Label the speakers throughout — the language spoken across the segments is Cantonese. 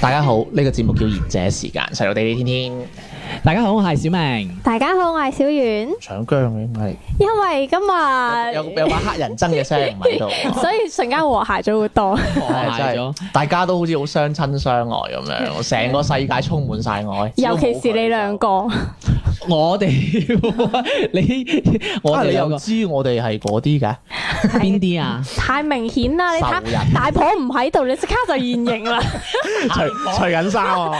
Speaker 1: 大家好，呢、個節目叫賢者時間，細路地地天天
Speaker 2: 大家好，我係小明。
Speaker 3: 大家好，我係小圓，
Speaker 1: 搶姜嘅，唔係
Speaker 3: 因為今
Speaker 1: 有
Speaker 3: 日
Speaker 1: 有把黑人憎嘅聲 唔喺度，
Speaker 3: 所以瞬間和諧咗好 多。
Speaker 1: 係真係大家都好似好相親相愛咁 樣，成個世界充滿晒愛，
Speaker 3: 尤
Speaker 2: 啊
Speaker 3: 其是你兩個，
Speaker 2: 我哋 你
Speaker 1: 我
Speaker 2: 我哋
Speaker 1: 你
Speaker 2: 有
Speaker 1: 又
Speaker 2: 個
Speaker 1: 知我哋係嗰啲嘅
Speaker 2: 邊啲啊？
Speaker 3: 太明顯啦！你
Speaker 1: 仇人
Speaker 3: 睇大婆唔喺度，你即刻就現形 啦。
Speaker 1: 除除緊衫 啊嘛，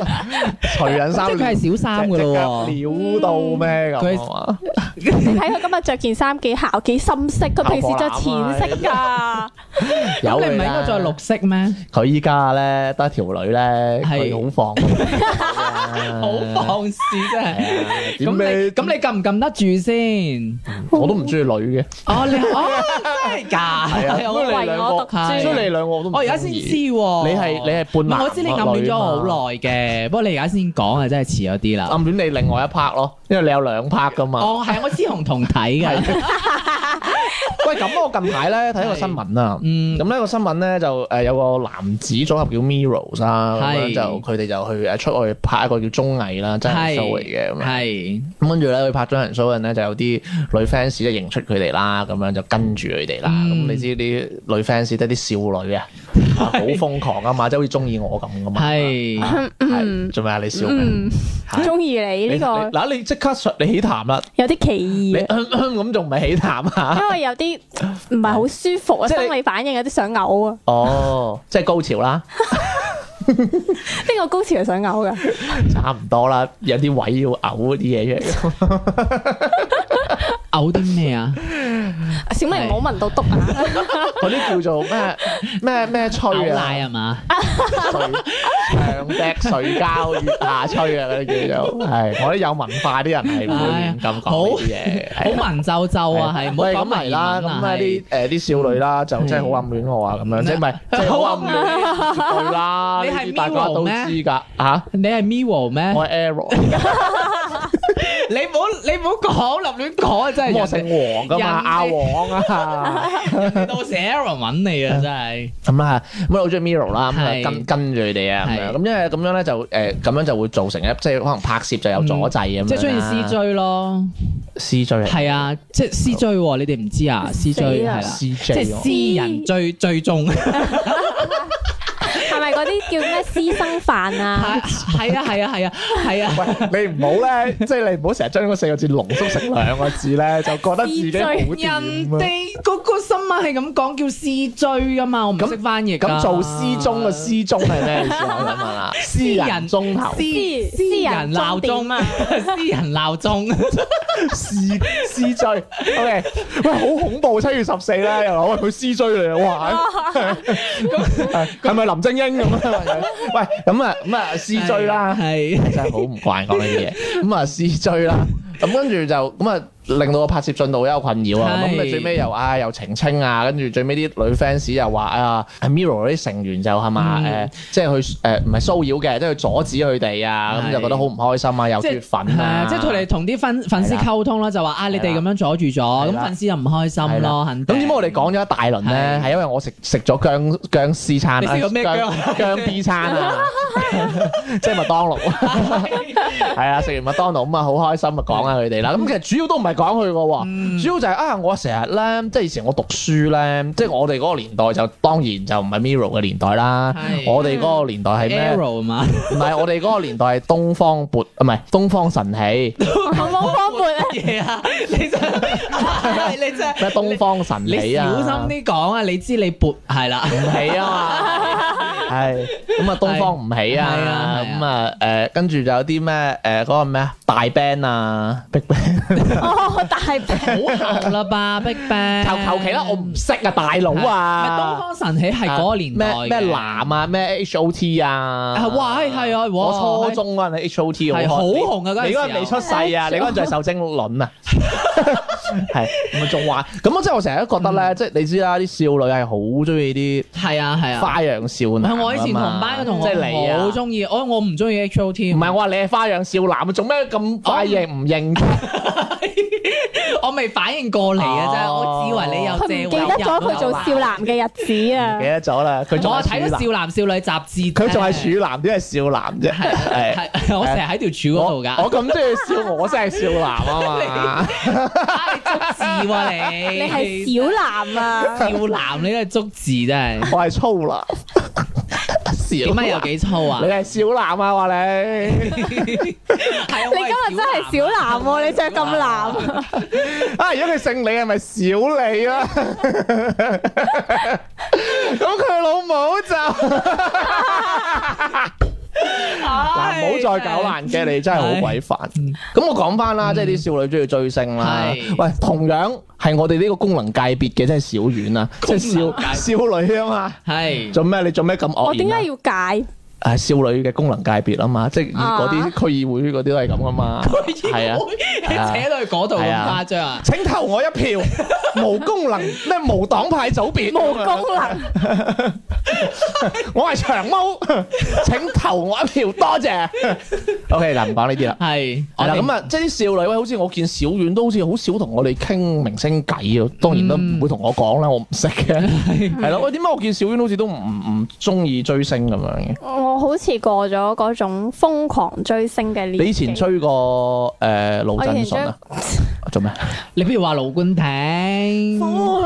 Speaker 1: 除緊
Speaker 2: 即
Speaker 1: 衫，
Speaker 2: 係佢係小三噶咯喎。
Speaker 1: 料到咩
Speaker 2: 佢
Speaker 1: 咁啊？
Speaker 3: 你睇佢今日着件衫幾姣幾深色，佢平時着淺色 㗎。
Speaker 1: 有
Speaker 2: 咁你唔係
Speaker 1: 佢
Speaker 2: 應
Speaker 1: 啦
Speaker 2: 該再綠色咩？
Speaker 1: 佢依家咧得條女咧，
Speaker 2: 係
Speaker 1: 佢好放鬆 㗎，
Speaker 2: 好放肆真
Speaker 1: 係
Speaker 2: 係。
Speaker 1: 啊
Speaker 2: 咁
Speaker 1: 點咩
Speaker 2: 你咁你撳唔撳得住 先？
Speaker 1: 我都唔中意女嘅，
Speaker 2: 哦，你哦真係㗎，
Speaker 1: 係啊，
Speaker 3: 我
Speaker 1: 所以你兩
Speaker 3: 為我
Speaker 1: 個，
Speaker 3: 獨
Speaker 1: 所
Speaker 2: 尊
Speaker 1: 以你兩個我都唔
Speaker 2: 我而家
Speaker 1: 鍾
Speaker 2: 先
Speaker 1: 意
Speaker 2: 知喎。
Speaker 1: 你係你係半
Speaker 2: 唔
Speaker 1: 男
Speaker 2: 係我知你暗戀咗我好耐嘅，不過你而家先講啊，真係遲咗啲啦。
Speaker 1: 暗戀你另外一 part 咯，因為你有兩 part 噶嘛。
Speaker 2: 哦，係啊我雌雄同體嘅。
Speaker 1: 喂，咁我近排咧睇一個新聞啊。
Speaker 2: 嗯，
Speaker 1: 咁呢個新聞咧就誒有個男子組合叫 Mirrors 啦，咁
Speaker 2: 係
Speaker 1: 樣就佢哋就去誒呃出去拍一個叫綜藝啦，真人 show 嚟嘅咁樣。
Speaker 2: 係
Speaker 1: 咁跟住咧，佢拍咗人 show 人咧，就有啲女 fans 就認出佢哋啦，咁樣就跟住佢哋啦。咁、
Speaker 2: 嗯
Speaker 1: 你知啲女 fans 得啲少 女啊，啊好瘋狂啊嘛，即係好似中意我咁噶 嘛。
Speaker 2: 係
Speaker 1: 啊
Speaker 3: 嗯
Speaker 1: 係做咩啊？你笑咩？
Speaker 3: 嗯
Speaker 1: 係，
Speaker 3: 中意你呢
Speaker 1: 你
Speaker 3: 個
Speaker 1: 你嗱，你即刻上你起痰啦！
Speaker 3: 有啲歧
Speaker 1: 你
Speaker 3: 異啊，
Speaker 1: 咁仲唔係起痰啊？
Speaker 3: 因為有啲唔係好舒服啊，
Speaker 1: 即係你
Speaker 3: 生理反應有啲想嘔啊。
Speaker 1: 哦， 即係高潮啦，
Speaker 3: 邊個高潮係想嘔㗎？
Speaker 1: 差唔多啦，有啲位要嘔啲嘢出嚟。
Speaker 2: 嘔啲咩啊？
Speaker 3: 小明唔好聞到篤啊！
Speaker 1: 嗰啲叫做咩咩咩吹
Speaker 2: 嘔
Speaker 1: 啊
Speaker 2: 奶，係嘛？
Speaker 1: 水長笛水膠月下吹啊，嗰啲叫做係。我啲有文化啲人係唔會亂咁講呢啲 嘢。
Speaker 2: 好
Speaker 1: 係
Speaker 2: 文縐縐啊，係唔好
Speaker 1: 喂
Speaker 2: 講
Speaker 1: 咁
Speaker 2: 埋
Speaker 1: 嚟啦，咁啊嗯啲誒啲少女啦，就真係好暗戀我啊，咁樣即係唔係即係好暗 戀佢啦？
Speaker 2: 你
Speaker 1: 呢
Speaker 2: 係
Speaker 1: 啲大家都知
Speaker 2: Mirror 咩
Speaker 1: 㗎嚇，
Speaker 2: 你啊係 Miro 咩？
Speaker 1: 我係 Error。
Speaker 2: 你唔好你唔好講，立亂講啊！真係
Speaker 1: 咁我姓黃噶嘛，
Speaker 2: 人哋
Speaker 1: 阿黃啊，
Speaker 2: 人哋到時 Aaron 揾你 啊，真係
Speaker 1: 咁啊，咁我好中意 Miro 啦，咁
Speaker 2: 係
Speaker 1: 啊跟跟住佢哋啊，
Speaker 2: 係
Speaker 1: 咁樣咁因為咁樣咧就誒咁樣就會造成一即係可能拍攝就有阻滯啊咁樣啦，
Speaker 2: 即係中意 C 追咯，
Speaker 1: C 追
Speaker 2: 係啊，即係 C 追喎，你哋唔知啊？C 追係啦，即
Speaker 1: C
Speaker 2: 係
Speaker 1: J 咯，
Speaker 2: C 人追追蹤。
Speaker 3: 係咪嗰啲叫咩私生飯啊？
Speaker 2: 係啊係啊係啊係啊！
Speaker 1: 喂你唔好 咧，即係你唔好成日將嗰四個字濃縮成兩個字咧，就覺得自己好
Speaker 2: 人
Speaker 1: 掂啊。
Speaker 2: 哋嗰個新聞係咁講叫 C 追噶嘛，我唔識翻譯㗎。啊
Speaker 1: 咁做 C 中嘅 C 中係咩意思啊？我想問 啦，C 人中頭
Speaker 3: 私
Speaker 2: 私人鬧鐘啊， 私人鬧鐘，
Speaker 1: ，C C 追，OK，喂， 好恐怖！七月十四咧，又話喂佢 C 追你啊，哇！ 係咪林正英咁啊？ 喂，咁啊咁啊，C 追啦，
Speaker 2: 係
Speaker 1: 真係好唔慣講呢啲嘢。咁啊，C 追啦，咁跟住就咁啊，令到個拍攝進度有困擾啊。
Speaker 2: 係
Speaker 1: 咁你最尾又啊又澄清啊，跟住最尾啲女 fans 又話啊，Mirror 嗰啲成員就係嘛
Speaker 2: 嗯
Speaker 1: 誒，即係佢誒唔係騷擾嘅，即係佢阻止佢哋啊，咁
Speaker 2: 係
Speaker 1: 就覺得好唔開心啊，又
Speaker 2: 即係
Speaker 1: 脱粉啊
Speaker 2: 係，即係佢哋同啲粉粉絲溝通啦，就話啊你哋咁樣阻住咗，
Speaker 1: 係
Speaker 2: 咁
Speaker 1: 啦
Speaker 2: 粉絲就唔開
Speaker 1: 係
Speaker 2: 心
Speaker 1: 啦
Speaker 2: 咯，肯
Speaker 1: 咁
Speaker 2: 定。
Speaker 1: 點解我哋講咗一大輪咧？
Speaker 2: 係
Speaker 1: 係因為我食食咗僵僵屍餐啊，
Speaker 2: 你食咗咩
Speaker 1: 僵
Speaker 2: 僵
Speaker 1: 僵 B 餐 啊，即係麥當勞。係啊，食完麥當勞咁啊，好開心啊，講下佢哋啦。咁其實主要都唔係講佢個
Speaker 2: 嗯
Speaker 1: 喎，主要就係啊，我成日咧，即係以前我讀書咧，即係我哋嗰個年代就當然就唔係 Mirror 嘅年代啦。
Speaker 2: 係
Speaker 1: 我哋嗰個年代係咩？
Speaker 2: Arrow 啊 嘛，
Speaker 1: 唔係我哋嗰個年代係東方勃，唔係東方神起，
Speaker 3: 我冇方便啊！
Speaker 2: 嘢啊！你真係 你真係
Speaker 1: 咩東方神
Speaker 2: 你
Speaker 1: 起啊？ ờ,
Speaker 2: 小心啲講啊！你知你撥係啦，
Speaker 1: 唔起啊嘛，係咁啊，東方唔起啊，
Speaker 2: 係啊係啊
Speaker 1: 咁啊，誒，跟住就有啲咩誒嗰個咩啊，大 band 啊，big band，
Speaker 3: 哦，大病
Speaker 2: 好後啦吧，Big Bang。
Speaker 1: 求求其啦，我唔識啊，大佬
Speaker 2: 咪東
Speaker 1: 啊，
Speaker 2: 方神起
Speaker 1: Ờ,
Speaker 2: 係嗰個年代
Speaker 1: 咩咩男啊，咩 HOT 啊，
Speaker 2: 啊哇係係啊哇
Speaker 1: 我初中嗰陣 HOT
Speaker 2: 係好
Speaker 1: 開心
Speaker 2: 紅啊嗰陣時
Speaker 1: 你嗰陣未出世啊，你嗰陣就係受精卵啊，係咁啊，仲話咁啊，即係我成日都覺得咧，即係你知啦，啲少女係好中意啲
Speaker 2: 係啊係啊。
Speaker 1: 花樣少男啊
Speaker 2: 係
Speaker 1: 嘛，
Speaker 2: 我以前同班嘅同
Speaker 1: 即
Speaker 2: 學
Speaker 1: 係你啊
Speaker 2: 好中意，我我唔中意 H O T，
Speaker 1: 唔係我話你係花樣少男，做咩咁快認唔 認？
Speaker 2: 我未反應過嚟嘅啫，
Speaker 1: 哦
Speaker 2: 我以為你有
Speaker 3: 佢唔
Speaker 2: 借啊
Speaker 3: 記得咗佢做少男嘅日子
Speaker 1: 唔
Speaker 3: 啊
Speaker 1: 記！得咗啦，佢仲
Speaker 2: 我
Speaker 1: 係
Speaker 2: 睇到
Speaker 1: 處男，
Speaker 2: 少男少女雜誌，
Speaker 1: 佢仲係處男，點係少男啫？係啊
Speaker 2: 係 我成日喺條柱嗰度
Speaker 1: 我
Speaker 2: 㗎，
Speaker 1: 我咁中意笑，我真係少男 啊嘛！
Speaker 2: 啊你捉字喎 你，
Speaker 3: 你係小男啊！
Speaker 2: 少男，你都係捉字真係，
Speaker 1: 我係粗男，
Speaker 2: 點解
Speaker 1: 少男
Speaker 2: 有 幾粗啊
Speaker 1: 你？係少男啊！話你
Speaker 2: 係啊
Speaker 3: 你今日真係小男喎，你着咁藍，
Speaker 1: 啊！如果佢姓李，係咪少 你啊？咁佢老母就嗱，唔
Speaker 2: 嗱
Speaker 1: 好再搞爛嘅，你真係好鬼煩。咁我講翻
Speaker 3: 嗯
Speaker 1: 啦，即係啲少女中意追星啦
Speaker 2: 係。
Speaker 1: 喂，同樣係我哋呢個功能界別嘅，即係小丸啊，即係
Speaker 2: 功能界
Speaker 1: 少少女啊嘛。
Speaker 2: 係
Speaker 1: 做咩？你做咩咁
Speaker 3: 我
Speaker 1: 惡
Speaker 3: 點
Speaker 1: 言啊
Speaker 3: 解？要戒？
Speaker 1: 誒少女嘅功能界別啊嘛，即係
Speaker 3: 啊
Speaker 1: 嗰啲區議會嗰啲都係咁噶嘛，係啊，
Speaker 2: 扯到去嗰度咁誇張啊！
Speaker 1: 請投我一票，無功能咩無黨派組別，
Speaker 3: 無功能，
Speaker 1: 我係長毛，請投我一票，多謝。OK，嗱唔講呢啲啦。
Speaker 2: 係
Speaker 1: 係
Speaker 2: 我
Speaker 1: 啦，
Speaker 2: 哋
Speaker 1: 咁啊，即係啲少女喂，好似我見小遠都好似好少同我哋傾明星偈啊，當然都唔會同我講啦，我唔識嘅，係咯，喂，點解我見小遠好似都唔唔中意追星咁樣嘅？
Speaker 3: 我好似過咗嗰種瘋狂追星嘅年紀。
Speaker 1: 你以前追過誒
Speaker 3: 我
Speaker 1: 魯
Speaker 3: 以
Speaker 1: 振
Speaker 3: 前
Speaker 1: 順啊？做咩？
Speaker 2: 你不如話盧冠廷，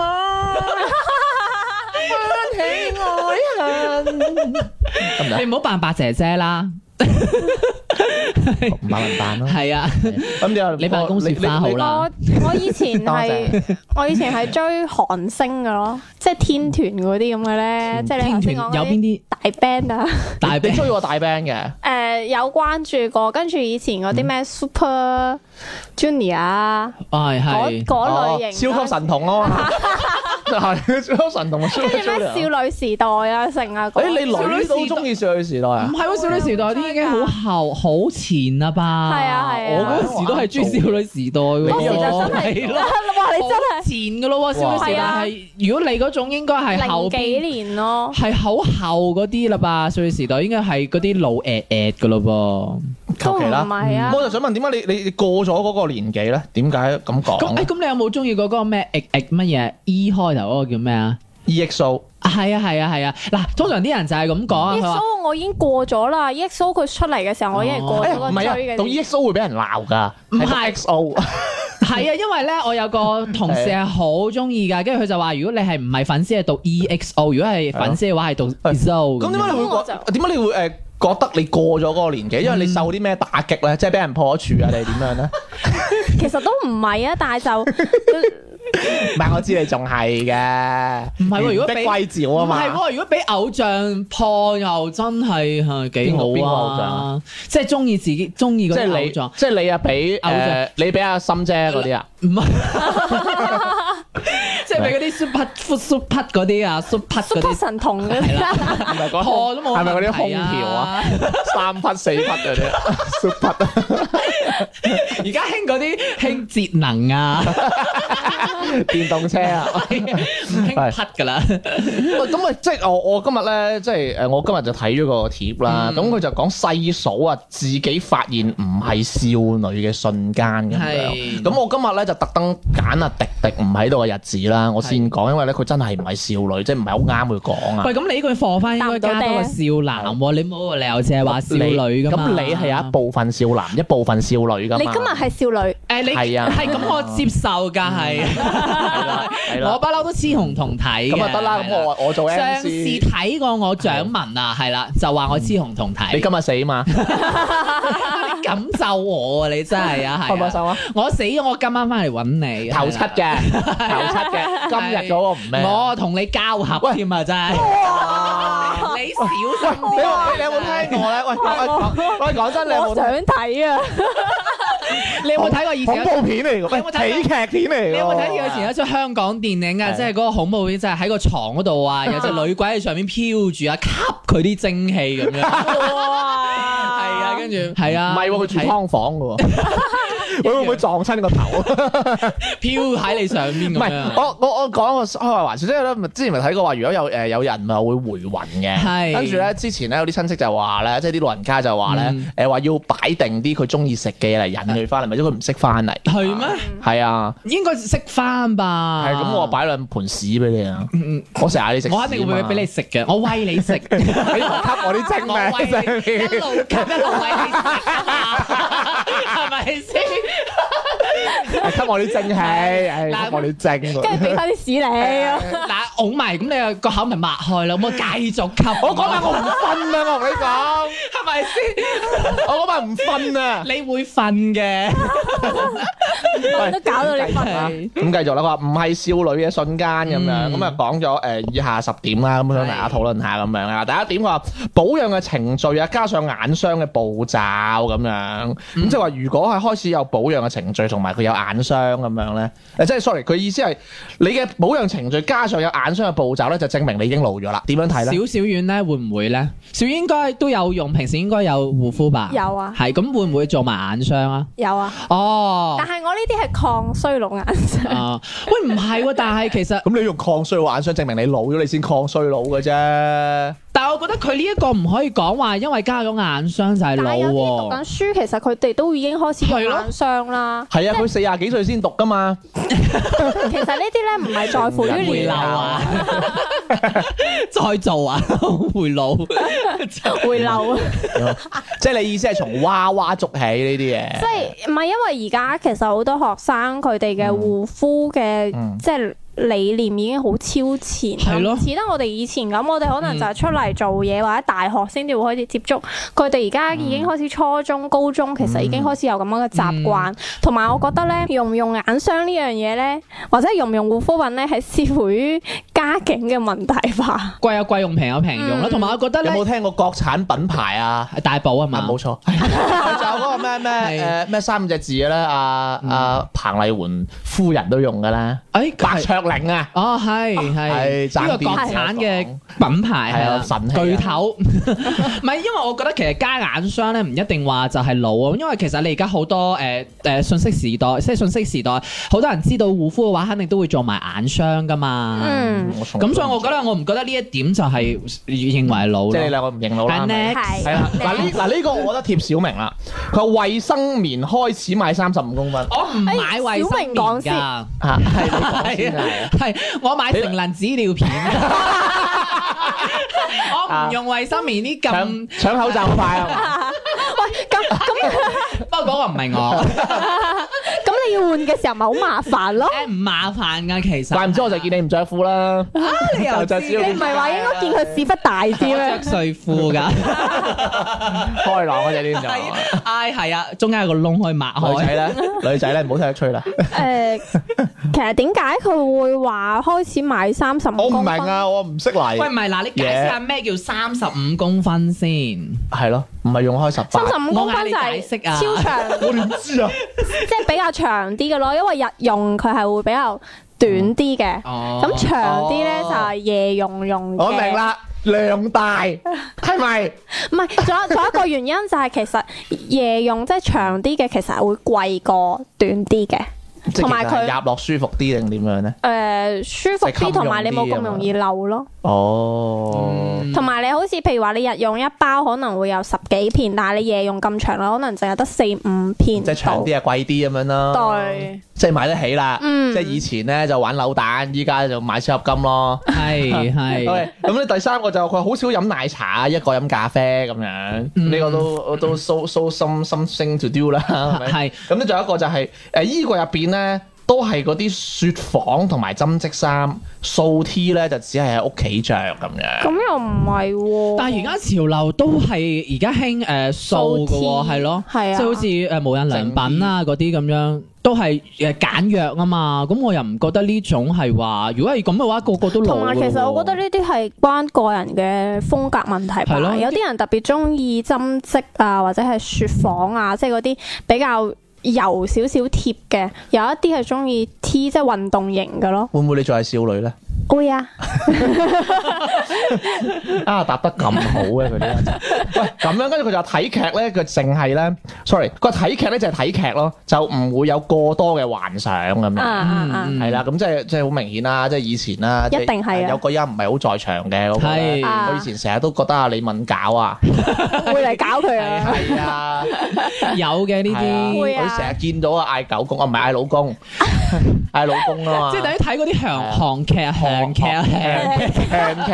Speaker 3: 啊
Speaker 1: 得唔得
Speaker 2: 你？唔好扮白姐姐啦，
Speaker 1: 唔馬雲辦咯。
Speaker 2: 係啊，
Speaker 1: 咁你又
Speaker 2: 你辦公室花好啦
Speaker 3: 我我以前係我以前係追韓星嘅咯，即係天團嗰啲咁嘅咧，
Speaker 1: 嗯
Speaker 3: 即係你頭
Speaker 2: 天團
Speaker 3: 先
Speaker 2: 有
Speaker 3: 講嗰
Speaker 2: 邊
Speaker 3: 啲
Speaker 2: 啲
Speaker 3: 大 band 啊，
Speaker 2: 大
Speaker 1: 你
Speaker 2: 兵？
Speaker 1: 追過大 band 嘅，
Speaker 3: 誒、有關注過，跟住以前嗰啲
Speaker 1: 嗯
Speaker 3: 咩 Super Junior 啊，
Speaker 2: 哦係
Speaker 3: 嗰
Speaker 2: 係
Speaker 3: 嗰類型
Speaker 1: 哦
Speaker 3: 啦，
Speaker 1: 超級神童啊 嘛，係超級神童啊，超級
Speaker 3: 跟住咩少女時代啊，成啊嗰，
Speaker 1: 誒你女都中意少女時代
Speaker 2: 唔
Speaker 1: 啊？
Speaker 2: 係喎？少女時代啲已經好後好前啦吧？
Speaker 3: 係啊係啊
Speaker 2: 我嗰時都係中意少女時代喎，
Speaker 1: 嗰時
Speaker 3: 就真係，哇！你
Speaker 2: 好
Speaker 3: 真
Speaker 2: 前嘅咯喎，少女時代係如果你嗰種應該係後
Speaker 3: 係零
Speaker 2: 邊。
Speaker 3: 幾年咯，
Speaker 2: 係好後嗰啲啦吧，少女時代應該係嗰啲老 at at 嘅咯
Speaker 3: 都
Speaker 1: 求
Speaker 3: 唔
Speaker 1: 其啦。嗯
Speaker 3: 係啊
Speaker 1: 我。就想問點解你你你過咗嗰個年紀咧？點解咁
Speaker 2: 噃。啊咁誒，
Speaker 3: 哎
Speaker 1: 講
Speaker 2: 咁你有冇中意過嗰個咩 at at 乜嘢 E 開頭嗰個叫咩啊？
Speaker 1: ？EXO 數
Speaker 2: 係啊係啊係啊！嗱，通常啲人就係咁講啊，佢話
Speaker 3: EXO E 我已經過咗啦，EXO 佢出嚟嘅時候我已經係過咗
Speaker 1: 誒
Speaker 3: 個
Speaker 1: 唔係
Speaker 3: 追
Speaker 1: 啊，到
Speaker 3: 嘅。
Speaker 1: EXO 會俾人鬧㗎，
Speaker 2: 唔係
Speaker 1: 係 XO
Speaker 2: 係啊，因為咧我有個同事係好中意㗎，跟住佢就話如果你係唔係粉絲係讀 EXO，如果係粉絲嘅話係讀 EXO
Speaker 1: 咁點啊解
Speaker 2: 樣。
Speaker 1: 你會
Speaker 3: 咁我嗯
Speaker 1: 覺點解你會誒覺得你過咗嗰個年紀？因為你受啲咩打擊咧？即係俾人破咗處啊？你點樣咧？
Speaker 3: 其實都唔係啊，但係 就
Speaker 1: 唔係，我知你仲係嘅。
Speaker 2: 唔係喎如果俾
Speaker 1: 碧桂照啊
Speaker 2: 唔係
Speaker 1: 嘛，
Speaker 2: 喎，如果俾偶像破又真係係
Speaker 1: 邊個邊
Speaker 2: 幾
Speaker 1: 個
Speaker 2: 好
Speaker 1: 偶
Speaker 2: 啊！即係中意自己中意
Speaker 1: 即
Speaker 2: 嗰
Speaker 1: 係
Speaker 2: 啲
Speaker 1: 你
Speaker 2: 偶像。
Speaker 1: 即係你啊俾
Speaker 2: 偶像
Speaker 1: 誒你俾阿心姐嗰啲 啊，
Speaker 2: 唔係，即係 俾嗰啲 super super 嗰啲啊，super 嗰
Speaker 3: Super
Speaker 2: 啲
Speaker 3: 神童嘅，
Speaker 1: 係咪
Speaker 2: 破都冇
Speaker 1: 係咪嗰
Speaker 2: 問題？
Speaker 1: 啲空調啊？三匹四匹嗰啲 super
Speaker 2: 而家興嗰啲興節能 啊，
Speaker 1: 電動車啊！
Speaker 2: 唔興匹㗎啦。
Speaker 1: 喂咁啊，即係我我今日咧，即係呃誒，我今日就睇咗個貼啦。咁佢就講細數啊，自己發現唔係少女嘅瞬間咁樣。
Speaker 2: 係
Speaker 1: 咁我今日咧就特登揀阿迪迪唔喺度嘅日子啦，我先講，因為咧佢真係唔係少女，即係唔係好啱佢講啊。
Speaker 2: 喂，咁你呢句放翻應該加多個少男喎，你冇理由淨係話少女㗎啊嘛？
Speaker 1: 咁你係有一部分少男，一部分少女噶嘛？
Speaker 3: 你今日係少女，
Speaker 2: 誒你
Speaker 1: 係啊
Speaker 2: 係咁，我接受㗎
Speaker 1: 啦係
Speaker 2: 係，
Speaker 1: 啦
Speaker 2: 我不嬲都雌雄同體嘅
Speaker 1: 咁啊得啦，
Speaker 2: 係
Speaker 1: 咁我我做
Speaker 2: 上
Speaker 1: MC，
Speaker 2: 次
Speaker 1: 你
Speaker 2: 睇過我掌紋啊，係啦，就話我雌雄同體。
Speaker 1: 今日死嘛？
Speaker 2: 你咁就我啊！你真係啊，
Speaker 1: 開唔開
Speaker 2: 係
Speaker 1: 心
Speaker 2: 啊！
Speaker 1: 啊？
Speaker 2: 我死咗，我今晚翻嚟揾你。
Speaker 1: 頭七
Speaker 2: 係
Speaker 1: 嘅，頭七嘅，今日嗰個唔咩？
Speaker 2: 啦，我同你交合添啊！真係，
Speaker 1: 哇
Speaker 2: 啊你小心
Speaker 1: 你有
Speaker 2: 啲。啊
Speaker 1: 你有冇聽過咧？喂，喂，喂講真，你有冇
Speaker 3: 我
Speaker 1: 聽
Speaker 3: 想睇啊！
Speaker 2: 你有冇睇過以前
Speaker 1: 恐
Speaker 2: 有？
Speaker 1: 怖片嚟
Speaker 2: 你有冇
Speaker 1: 㗎？
Speaker 2: 睇過
Speaker 1: 喂，喜劇片嚟㗎。
Speaker 2: 你有冇睇
Speaker 1: Ờ.
Speaker 2: 以前有一出香港電影啊？
Speaker 1: 係
Speaker 2: 即係嗰個恐怖片，就係喺個床嗰 度啊，有隻女鬼喺上面飄住啊，吸佢啲精氣 咁樣。係
Speaker 3: 哇
Speaker 2: 啊，跟住係
Speaker 1: 唔
Speaker 2: 啊，
Speaker 1: 係喎，佢住劏房㗎喎，佢會唔會撞親個頭？
Speaker 2: 飄喺你上面
Speaker 1: 唔
Speaker 2: 咁
Speaker 1: 係，
Speaker 2: 樣。
Speaker 1: 我我我講個開話玩笑，即係咧，咪之前咪睇過話，如果有誒有人咪啊會回魂嘅，
Speaker 2: 係
Speaker 1: 跟住咧之前咧有啲親戚就話咧，即係啲老人家就話咧
Speaker 2: 嗯，
Speaker 1: 誒話要擺定啲佢中意食嘅嘢嚟引佢翻嚟，咪因為佢唔識翻嚟。
Speaker 2: 係咩？
Speaker 1: 係啊，
Speaker 2: 應該識翻吧？
Speaker 1: 係咁，我擺兩盤屎俾你啊！
Speaker 2: 啊嗯，嗯
Speaker 1: 我成日嗌你食屎啊嘛，
Speaker 2: 我肯定會俾你食嘅，我餵 你食，
Speaker 1: 你唔給我啲精
Speaker 2: 我餵你一
Speaker 1: 命
Speaker 2: 路吸一路餵你食啊嘛，係咪先？
Speaker 1: 俾我啲精氣，唉，
Speaker 2: 嗱
Speaker 1: 給我啲精。
Speaker 3: 跟住俾翻啲屎你，
Speaker 2: 嗱，拱埋咁你個口咪擘開啦，咁我繼續吸。
Speaker 1: 我嗰晚我唔瞓啊！我同你講，
Speaker 2: 係咪先？
Speaker 1: 我嗰晚唔瞓啊！
Speaker 2: 你會瞓嘅，
Speaker 3: 我都搞到你瞓
Speaker 1: 啊
Speaker 3: 啊！
Speaker 1: 咁繼續啦，佢話唔係少女嘅瞬間咁樣，
Speaker 2: 嗯
Speaker 1: 咁啊講咗誒以下十點啦，咁想大家討論下咁樣啦。第一點佢話保養嘅程序啊，加上眼霜嘅步驟咁樣，咁即係話如果係開始有保養嘅程序，同埋佢有眼霜咁樣咧，誒即係 sorry，佢意思係你嘅保養程序加上有眼霜嘅步驟咧，就證明你已經老咗啦。點樣睇咧？
Speaker 2: 小小遠咧會唔會咧？小應該都有用，平時應該有護膚吧？
Speaker 3: 有啊
Speaker 2: 係咁會唔會做埋眼霜啊？
Speaker 3: 有啊，
Speaker 2: 哦
Speaker 3: 但，係我呢啲係抗衰老眼霜，
Speaker 2: 啊，喂唔 係喎，但係其實，
Speaker 1: 咁你用抗衰老眼霜證明你老咗，你先抗衰老嘅啫。
Speaker 2: 但係我覺得佢呢一個唔可以講話，因為加咗眼霜就係
Speaker 3: 但
Speaker 2: 老
Speaker 3: 係有啲讀緊
Speaker 2: 喎。
Speaker 3: 書，其實佢哋都已經開始用
Speaker 2: 係咯
Speaker 3: 眼霜啦。
Speaker 1: 係啊，佢四廿幾歲先讀噶嘛。
Speaker 3: 其實呢啲咧唔係在乎於
Speaker 2: 回
Speaker 3: 年
Speaker 2: 流啊，
Speaker 3: 啊
Speaker 2: 再做啊， 回老。
Speaker 3: 回流啊。
Speaker 1: 即係你意思係從娃娃捉起呢啲嘢，
Speaker 3: 即係唔係因為而家其實好多學生佢哋嘅護膚嘅
Speaker 1: 嗯
Speaker 3: 即係理念已經好超前啦，
Speaker 2: 係咯
Speaker 3: 唔似得我哋以前咁，我哋可能就係出嚟做嘢或者大學先至會開始接觸。佢哋而家已經開始初中、高中，其實已經開始有咁樣嘅習慣。同埋我覺得咧，用唔用眼霜呢樣嘢咧，或者用唔用護膚品咧，係視乎於家境嘅問題吧。
Speaker 2: 貴有貴用，平有平用
Speaker 3: 嗯
Speaker 2: 啦。同埋我覺得
Speaker 1: 有
Speaker 2: 咧
Speaker 1: 冇，聽過國產品牌啊？
Speaker 2: 大寶啊
Speaker 1: 啊，
Speaker 2: 嘛
Speaker 1: 冇，錯，係就有嗰個咩咩誒咩三隻字嘅咧，阿阿彭麗媛夫人都用嘅啦，
Speaker 2: 誒
Speaker 1: 白卓玲啊，
Speaker 2: 哦，係
Speaker 1: 係
Speaker 2: 係
Speaker 1: 爭
Speaker 2: 呢個
Speaker 1: 啲
Speaker 2: 國產嘅品牌
Speaker 1: 係
Speaker 2: 係
Speaker 1: 啊
Speaker 2: 啊，
Speaker 1: 神器啊
Speaker 2: 巨頭。 唔係，因為我覺得其實加眼霜咧，唔一定話就係老啊，因為其實你而家好多誒誒信息時代，即係信息時代，好多人知道護膚嘅話，啊肯定都會做埋眼霜噶嘛。
Speaker 3: 嗯，
Speaker 1: 我從
Speaker 2: 咁所以我覺得我唔覺得呢一點就係認為老
Speaker 1: 即係你
Speaker 2: 咯。
Speaker 1: 兩個唔認老啦。係咪
Speaker 2: 係
Speaker 1: 係啦，嗱呢嗱呢個我覺得貼小明啦，佢話衛生棉開始買三十五公分
Speaker 2: 我唔買衛
Speaker 3: 哎小
Speaker 2: 生
Speaker 3: 明講
Speaker 2: 棉㗎，
Speaker 1: 嚇，係啊你講先係啊
Speaker 2: 係我買成人紙尿 片。 我唔用衛生棉呢咁
Speaker 1: 搶，搶口罩快 啊嘛！
Speaker 3: 咁咁
Speaker 2: 不過嗰個唔係我。
Speaker 3: 咁你要換嘅時候咪好麻煩咯。
Speaker 2: 誒唔麻煩噶，其實。啊
Speaker 1: 怪唔知我就見你唔着褲啦，
Speaker 2: 你
Speaker 1: 又知
Speaker 3: 你唔係話應該見佢屎忽大啲咩
Speaker 2: 着？睡褲㗎，
Speaker 1: 開朗嗰只呢就。
Speaker 2: 唉係啊，中間有個窿可以抹
Speaker 1: 女
Speaker 2: 開。
Speaker 1: 仔咧，女仔咧唔好睇佢吹啦。
Speaker 3: 誒、其實點解佢會話開始買三十五
Speaker 1: 我唔
Speaker 3: 公
Speaker 1: 明
Speaker 3: 分？
Speaker 1: 啊，我唔識
Speaker 2: 喂，
Speaker 1: 嚟
Speaker 2: 唔。係嗱，你解釋下咩叫三十五公分先？
Speaker 1: 係咯，唔係用開十八
Speaker 3: 三。十五公分就
Speaker 2: 我嗌你
Speaker 3: 係
Speaker 2: 解釋啊
Speaker 3: 超長，
Speaker 1: 我點知啊？
Speaker 3: 即係比較長啲嘅咯，因為日用佢係會比較短啲嘅。
Speaker 2: 哦
Speaker 3: 咁、長啲咧就
Speaker 2: 係
Speaker 3: 係夜用用嘅。
Speaker 1: 我明。啦，量大係咪？
Speaker 3: 唔係，仲有仲有一個原因就係其實夜用即係長啲嘅，其實係會貴過短啲嘅。 同埋佢
Speaker 1: 入落舒服啲定點樣咧？
Speaker 3: 誒、舒服
Speaker 1: 食襟
Speaker 3: 啲，同埋你冇咁
Speaker 1: 用啲啊嘛
Speaker 3: 容易漏咯。
Speaker 1: 嗯哦，
Speaker 3: 同埋你好似譬如話你日用一包可能會有十幾片，但係你夜用咁長啦，可能淨係得四五片
Speaker 1: 即係長啲啊，貴啲咁樣
Speaker 3: 到。
Speaker 1: 啦。
Speaker 3: 對，
Speaker 1: 即係買得起啦。
Speaker 3: 嗯
Speaker 1: 即係以前咧就玩扭蛋，依家就買超合金咯。
Speaker 2: 係 係。
Speaker 1: 喂，咁咧第三個就係佢好少飲奶茶，啊一個飲咖啡咁樣，
Speaker 2: 嗯
Speaker 1: 呢個都都 so so some something to do 啦， 係咪？
Speaker 2: 係
Speaker 1: 咁咧仲有一個就係誒衣櫃入邊咧。都係嗰啲雪紡同埋針織衫，素 T 咧就只係喺屋企着咁樣。
Speaker 3: 咁又唔係喎。
Speaker 2: 但係而家潮流都係而家興誒素嘅
Speaker 3: 素
Speaker 2: 喎，
Speaker 3: 貼
Speaker 2: 係咯，
Speaker 3: 係啊
Speaker 2: 即係好似誒無印良品啊嗰啲咁樣，都係誒簡約啊嘛，咁我又唔覺得呢種係話，如果係咁嘅話，個個都老
Speaker 3: 同埋其實我覺得呢啲係關個人嘅風格問題
Speaker 2: 係咯
Speaker 3: 吧。有啲人特別中意針織啊，或者係雪紡啊，即係嗰啲比較油少少貼嘅。有一啲係中意 T 即係運動型嘅咯。
Speaker 1: 會唔會你仲係少女咧？
Speaker 3: 會啊，
Speaker 1: 啊，答得咁好嘅佢哋， 喂咁樣跟住佢就話睇劇咧，佢淨係咧，sorry，佢話睇劇咧就係睇劇咯，就唔會有過多嘅幻想咁
Speaker 3: 啊
Speaker 1: 樣。
Speaker 3: 啊啊！
Speaker 2: 嗯
Speaker 1: 係啦，咁即係即係好明顯啦，即係以前啦，
Speaker 3: 一定係啊
Speaker 1: 即有個音唔係好在場嘅嗰個
Speaker 2: 係
Speaker 1: 呢。
Speaker 3: 啊
Speaker 1: 我以前成日都覺得啊，李敏搞啊，
Speaker 2: 嗯
Speaker 3: 會嚟搞佢啊！
Speaker 1: 係啊，
Speaker 2: 有嘅呢
Speaker 1: 係啊
Speaker 2: 啲，
Speaker 3: 會啊
Speaker 1: 佢成日見到啊嗌狗公，啊唔係嗌老公， 嗌老公啊嘛，
Speaker 2: 即係等於睇嗰啲
Speaker 1: 係
Speaker 2: 韓
Speaker 1: 啊
Speaker 2: 韓劇、韓劇、韓劇，
Speaker 1: 韓劇，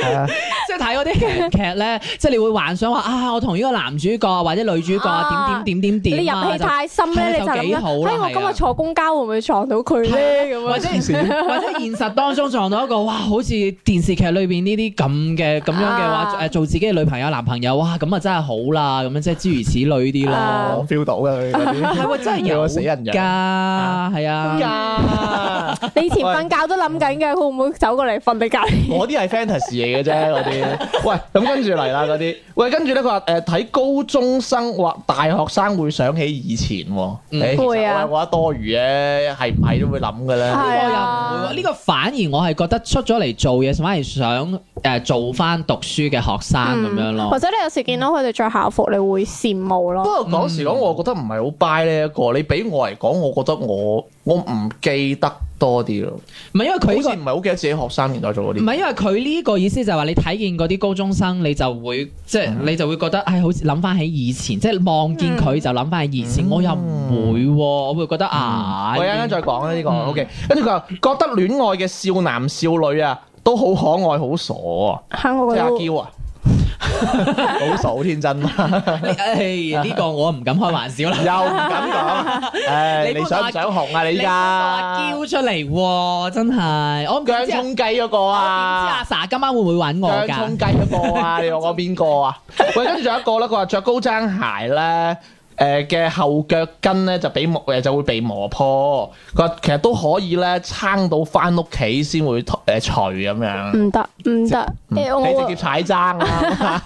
Speaker 1: 係啊
Speaker 2: 即係睇嗰啲韓劇咧，即係你會幻想話啊，我同呢個男主角或者女主角
Speaker 3: 啊
Speaker 2: 點點點
Speaker 3: 你
Speaker 2: 點
Speaker 3: 入
Speaker 2: 點啊
Speaker 3: 戲
Speaker 2: 就
Speaker 3: 太深咧，你就
Speaker 2: 就
Speaker 3: 諗
Speaker 2: 幾
Speaker 3: 緊，
Speaker 2: 好啦
Speaker 3: 嘿，我
Speaker 2: 係啊
Speaker 3: 今日坐公交會唔會撞到佢咧？咁
Speaker 2: 或
Speaker 3: 樣
Speaker 2: 者 或者現實當中撞到一個哇，好似電視劇裏邊呢啲咁嘅咁樣嘅話，
Speaker 3: 啊
Speaker 2: 誒做自己嘅女朋友、男朋友，哇咁啊真係好啦，咁樣即係諸如此類啲
Speaker 3: 啊
Speaker 2: 咯
Speaker 1: 我。feel 到嘅佢嗰 啲。
Speaker 2: 係喎，真係
Speaker 1: 有
Speaker 2: 有
Speaker 1: 個死人樣
Speaker 2: 㗎，係啊，
Speaker 1: 噶，
Speaker 3: 你以前瞓覺都諗緊嘅，佢會唔會走過嚟瞓你隔 離？
Speaker 1: 我啲係 fantasy 嚟嘅啫，嗰啲。喂，咁跟住嚟啦，嗰啲。喂，跟住咧，佢話誒睇高中生或大學生會想起以前喎。
Speaker 2: 嗯
Speaker 1: 誒，其實我
Speaker 3: 會啊
Speaker 1: 係覺得多餘嘅，係唔係都會諗嘅咧。
Speaker 3: 係
Speaker 2: 我又唔
Speaker 3: 啊
Speaker 2: 會喎，呢個反而我係覺得出咗嚟做嘢，反而想誒做翻讀書嘅學生咁樣
Speaker 3: 嗯或
Speaker 2: 咯。
Speaker 3: 者你有時見到佢哋着校服，你會羨慕
Speaker 1: 不
Speaker 3: 咯。
Speaker 1: 過講時講，我覺得唔係好 buy 呢一個。你俾我嚟講，我覺得我我唔記得多啲咯。
Speaker 2: 唔係因為
Speaker 1: 佢
Speaker 2: 佢呢
Speaker 1: 好似
Speaker 2: 個
Speaker 1: 唔係好記得自己學生年代做嗰
Speaker 2: 唔
Speaker 1: 啲。
Speaker 2: 係因為佢呢個意思就係話你睇見嗰啲高中生，你就會即係
Speaker 1: 嗯
Speaker 2: 你就會覺得，唉，好似諗翻起以前，即係望見佢就諗翻起以
Speaker 1: 嗯
Speaker 2: 前。我又唔會喎，我會覺得啊，
Speaker 1: 我一陣間再講啦呢個。
Speaker 2: 嗯
Speaker 1: OK，跟住佢話覺得戀愛嘅少男少女啊，都好可愛，好傻啊。
Speaker 3: 嚇，我
Speaker 1: 即
Speaker 3: 覺
Speaker 1: 係
Speaker 3: 得
Speaker 1: 阿嬌啊， 好傻好天 真啊，
Speaker 2: 誒哎呢個我唔敢開玩笑啦。
Speaker 1: 又唔敢講。唉，
Speaker 2: 你
Speaker 1: 你想唔想紅 啊？你
Speaker 2: 你
Speaker 1: 依
Speaker 2: 講阿
Speaker 1: 家
Speaker 2: 嬌出嚟喎，真係我唔
Speaker 1: 姜
Speaker 2: 知啊
Speaker 1: 葱雞嗰個
Speaker 2: 我
Speaker 1: 啊
Speaker 2: 點知阿，Sa 今晚會唔會揾我
Speaker 1: 姜
Speaker 2: 㗎
Speaker 1: 葱？雞嗰 個啊，你話我邊個啊？喂，跟住仲有一個咧，佢話着高踭鞋咧。誒嘅後腳跟咧就俾磨誒就會被磨破，佢話其實都可以咧撐到翻屋企先會誒除咁樣，
Speaker 3: 唔得唔得，嗯
Speaker 2: 嗯
Speaker 3: 誒
Speaker 1: 你
Speaker 3: 我
Speaker 1: 直接
Speaker 3: 會
Speaker 1: 踩踭啊 啦，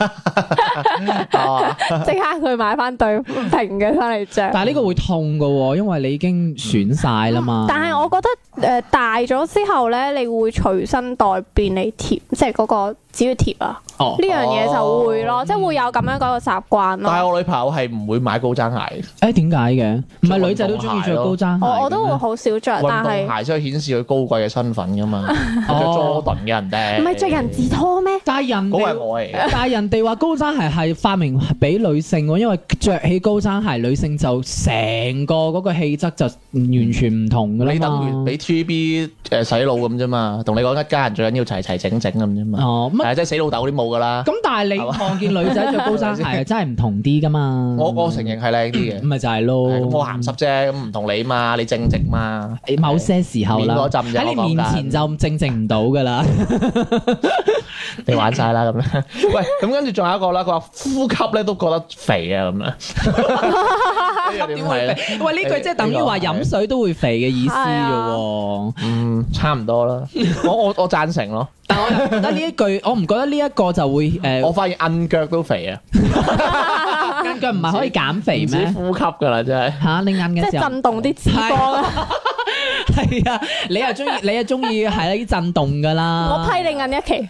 Speaker 1: 係嘛
Speaker 3: 即刻佢買翻對平嘅翻嚟着。
Speaker 2: 但係呢個會痛㗎喎，因為你已經損晒啦嘛。
Speaker 3: 嗯但係我覺得誒、呃大咗之後咧，你會隨身帶便利貼，即係嗰個紙要貼啊，
Speaker 2: 哦
Speaker 3: 呢樣嘢就會咯，即係會有咁樣嗰個習慣
Speaker 1: 但係
Speaker 3: 咯。
Speaker 1: 我女朋友係唔會買高踭鞋
Speaker 2: 誒點解嘅？唔係女仔都中意着高踭鞋嘅咩，
Speaker 3: 我我都會好少
Speaker 2: 啊
Speaker 3: 着，
Speaker 1: 運
Speaker 3: 但
Speaker 1: 動
Speaker 3: 係
Speaker 1: 鞋先可以顯示佢高貴嘅身份 噶嘛，着
Speaker 2: 哦
Speaker 1: Jordan 嘅人哋，
Speaker 3: 唔係着人字拖 咩？
Speaker 2: 但係人
Speaker 1: 嗰個係
Speaker 2: 哋，
Speaker 1: 我嚟嘅。
Speaker 2: 但係人哋話高踭鞋係發明俾女性喎，因為着起高踭鞋，女性就成個嗰個氣質就完全唔同㗎啦
Speaker 1: 你等於
Speaker 2: 嘛。
Speaker 1: 俾 TVB 誒洗腦咁啫嘛，同你講一家人最緊要齊齊整整咁啫嘛，
Speaker 2: 哦，乜
Speaker 1: 係即係死老豆嗰啲冇噶啦。
Speaker 2: 咁？但係你
Speaker 1: 係嘛
Speaker 2: 望見女仔着高踭鞋係真係唔同啲㗎嘛。
Speaker 1: 我我承認係靚啲嘅，
Speaker 2: 咪就係咯，
Speaker 1: 係咁我鹹濕啫，咁唔同你嘛，你正直嘛，
Speaker 2: 某些時候啦，
Speaker 1: 面嗰陣啫
Speaker 2: 喺
Speaker 1: 我
Speaker 2: 你
Speaker 1: 講
Speaker 2: 面
Speaker 1: 緊
Speaker 2: 前就正正唔到㗎啦。
Speaker 1: 你玩晒啦咁樣。 喂，咁跟住仲有一個啦，佢話呼吸咧都覺得肥啊咁樣。 呢個
Speaker 2: 點
Speaker 1: 點睇
Speaker 2: 會
Speaker 1: 咧？
Speaker 2: 肥？喂，呢句即係等於話飲水都會肥嘅意思嘅喎。
Speaker 1: 嗯，差唔多啦。我我我贊成咯。
Speaker 2: 但我又唔覺得呢一句， 我唔覺得呢一個就會
Speaker 1: 我
Speaker 2: 誒，
Speaker 1: 發現摁腳都肥啊，
Speaker 2: 硬腳唔係可以減肥
Speaker 1: 唔止
Speaker 2: 咩？
Speaker 1: 呼吸噶啦，真係。
Speaker 2: 嚇，你硬
Speaker 3: 即
Speaker 2: 嘅時
Speaker 3: 係
Speaker 2: 候
Speaker 3: 震動啲脂啊肪啦。
Speaker 2: 係啊，你又 中意，你又中意係啲震動㗎啦。
Speaker 3: 我批你銀一期，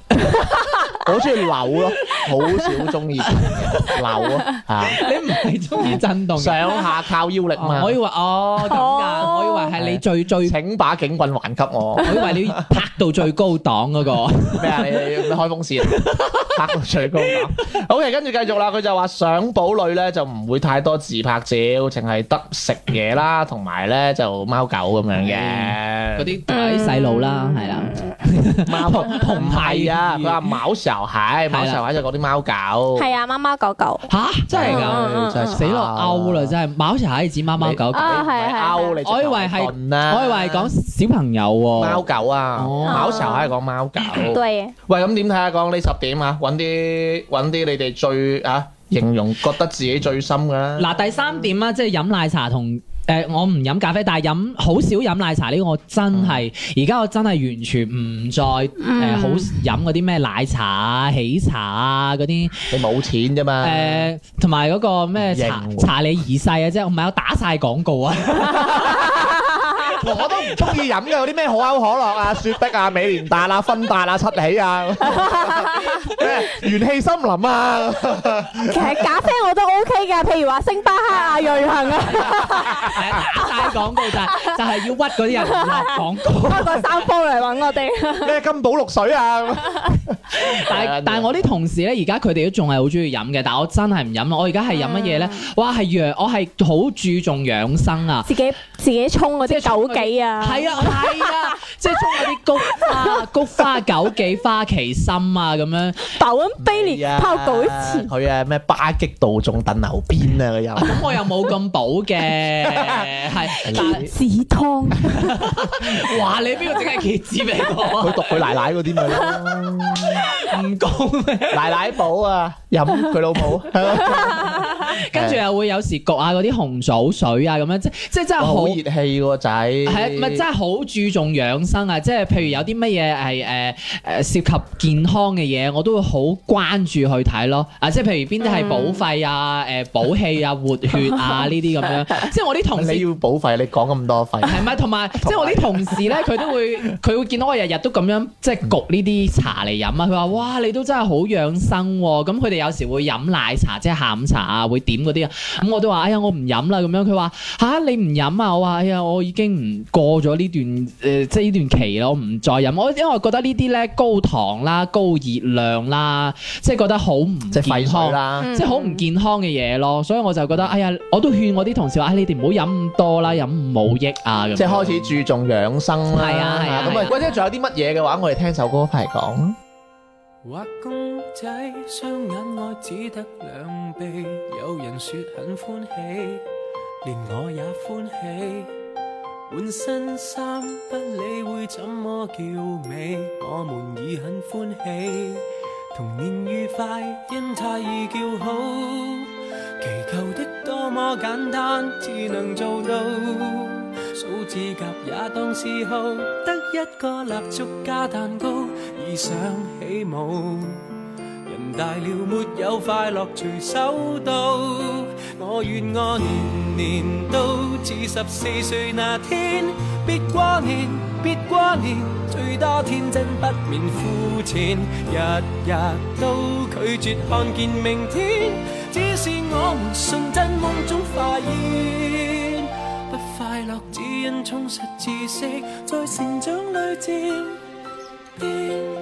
Speaker 1: 我中意扭咯，好少中意扭啊，嚇
Speaker 2: 你唔係中意震 動嘅。
Speaker 1: 上下靠腰力
Speaker 2: 哦
Speaker 1: 嘛
Speaker 2: 我。以為哦咁㗎，
Speaker 3: 哦
Speaker 2: 我以為係你最最，
Speaker 1: 請把警棍還給我
Speaker 2: 我以為你要拍到最高檔嗰 個。
Speaker 1: 咩啊？你你開風扇 拍到最高檔。OK，跟住繼續啦。佢就話相簿裏咧就唔會太多自拍照，淨係得食嘢啦，同埋咧就貓狗咁樣
Speaker 2: 嗰
Speaker 1: 嘅。
Speaker 2: 啲啲細路啦，係啦，
Speaker 1: 貓
Speaker 2: 紅紅牌
Speaker 1: 係啊，佢話貓小孩，貓小孩就講啲貓狗。
Speaker 3: 係啊，貓貓狗狗
Speaker 2: 吓，真係㗎，
Speaker 3: 嗯嗯
Speaker 1: 真係
Speaker 2: 死咯，嘔啦，真係，貓小孩指貓貓狗狗。
Speaker 3: 啊係係係
Speaker 1: 勾你直頭
Speaker 2: 我以為係
Speaker 1: 鈍啦，
Speaker 2: 我以為係講小朋友喎、
Speaker 1: 貓狗啊，
Speaker 2: 哦
Speaker 1: 貓時候係講貓狗。
Speaker 3: 對，
Speaker 1: 喂，咁點睇下講呢十點啊？揾啲揾啲你哋最啊形容覺得自己最深噶啦。
Speaker 2: 啊嗱，第三點啦，即係飲奶茶同誒、我唔飲咖啡，但係飲好少飲奶茶呢、個我真係，
Speaker 1: 嗯
Speaker 2: 而家、我真係完全唔再誒、
Speaker 3: 嗯
Speaker 2: 好飲嗰啲咩奶茶啊、喜茶啊嗰啲
Speaker 1: 你冇錢啫嘛。
Speaker 2: 誒，同埋嗰個咩查
Speaker 1: 型喎
Speaker 2: 查理二世啊，即係唔係我打晒廣告 啊？
Speaker 1: 我都唔中意飲嘅嗰啲咩可口可樂啊、雪碧啊、美年達啊、芬達啊、七喜啊、咩元氣森林啊，
Speaker 3: 其實咖啡我都 OK 嘅，譬如話星巴克啊、瑞幸 啊，
Speaker 2: 係啊打晒廣告就係就係要屈嗰啲人唔落廣告。
Speaker 3: 開個三煲嚟揾 我哋。
Speaker 1: 咩金寶綠水啊，係啊
Speaker 2: 但但係我啲同事咧，而家佢哋都仲係好中意飲嘅，但我真係唔飲啦。我而家係飲乜嘢咧？哇，係養，我係好注重養生啊！
Speaker 3: 自己自己沖嗰
Speaker 2: 即係
Speaker 3: 啲枸杞啊，
Speaker 2: 係啊，係啊，即係沖嗰啲菊花、菊花枸杞、花旗參啊咁樣。
Speaker 3: 保温杯
Speaker 2: 哎
Speaker 3: 裏泡枸杞。
Speaker 1: 佢啊咩巴戟道中燉牛鞭啊，佢又
Speaker 2: 咁我又冇咁補嘅，係
Speaker 3: 蠍子湯，
Speaker 2: 但話你邊個整係茄子俾我
Speaker 1: 佢
Speaker 2: 啊？
Speaker 1: 讀佢奶奶嗰啲 咪咯，
Speaker 2: 唔公咩？
Speaker 1: 奶奶寶啊，飲佢老母，
Speaker 2: 跟住又會有時焗下嗰啲紅棗水啊咁樣，即即真係
Speaker 1: 哇
Speaker 2: 好
Speaker 1: 好。熱氣喎仔，
Speaker 2: 係咪真係好注重養生啊？即係譬如有啲乜嘢係誒誒涉及健康嘅嘢，我都會好關注去睇咯。啊，即係譬如邊啲係補肺啊、誒、補氣啊、活血啊呢啲咁樣。即係我啲同
Speaker 1: 你
Speaker 2: 事
Speaker 1: 要保費，你講咁多費。
Speaker 2: 係咪？同埋即係我啲同事咧，佢都 會佢會見到我日日都咁樣即係焗呢啲茶嚟飲啊。佢話：哇，你都真係好養生喎、咁佢哋有時會飲奶茶，即係下午茶啊，會點嗰啲啊。咁我都話：哎呀，我唔飲啦。咁樣佢話：吓，你唔飲啊？我話：哎呀，我已經唔過咗呢段誒、呃即係呢段期啦，我唔再飲。我因為我覺得呢啲咧高糖啦、高熱量啦，即係覺得好唔
Speaker 1: 即
Speaker 2: 健
Speaker 1: 係廢水
Speaker 2: 康。
Speaker 1: 啦，嗯
Speaker 2: 即係好唔健康嘅嘢咯，所以我就覺得，哎呀，我都勸我啲同事話，哎，你哋唔好飲咁多啦，飲冇益啊咁。
Speaker 1: 即係開始注重養生啦。
Speaker 2: 係啊係啊
Speaker 1: 咁
Speaker 2: 係
Speaker 1: 啊
Speaker 2: 啊，
Speaker 1: 或者仲有啲乜嘢嘅話，我哋聽首歌翻嚟講。
Speaker 4: 畫公仔，雙眼愛只得兩臂。有人說很歡喜，連我也歡喜。換新衫，不理會怎麼叫美，我們已很歡喜。童年愉快，因太易叫好，祈求的多麼簡單，只能做到。數指甲也當嗜好，得一個蠟燭加蛋糕，已想起舞。人大了沒有快樂隨手到，我願我年年都至十四歲那天，別過年，別過年，最多天真不免膚淺，日日都拒絕看見明天，只是我們純真夢中發現，不快樂只因充實知識，在成長裏漸變。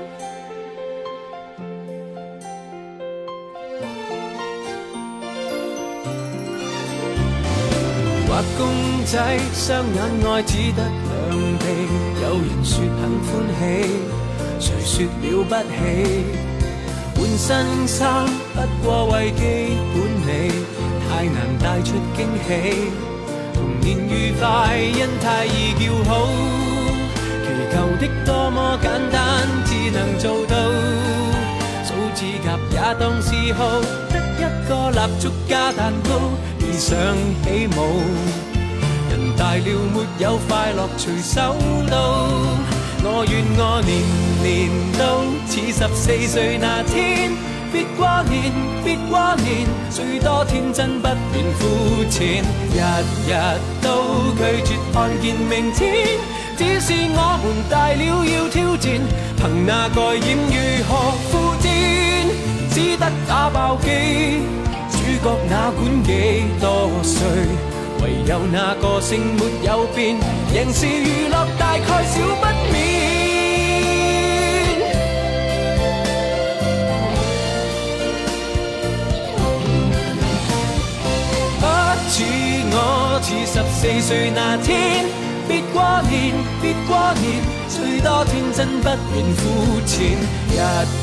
Speaker 4: 畫公仔，雙眼愛只得兩臂。有人說很歡喜，誰說了不起？換新衫不過為基本理，太難帶出驚喜。童年愉快因太易叫好，祈求的多麼簡單，只能做到。數指甲也當嗜好，得一個蠟燭加蛋糕，已想起舞。人大了沒有快樂隨手到，我願我年年都似十四歲那天。別掛念，別掛念，最多天真不免膚淺，日日都拒絕看見明天。只是我們大了要挑戰，憑那蓋掩如何膚淺，只得打爆機。主角哪管幾多歲，唯有那個性沒有變，仍是娛樂大概少不免。不似我似十四歲那天，別過年，別過年，最多天真不願膚淺，日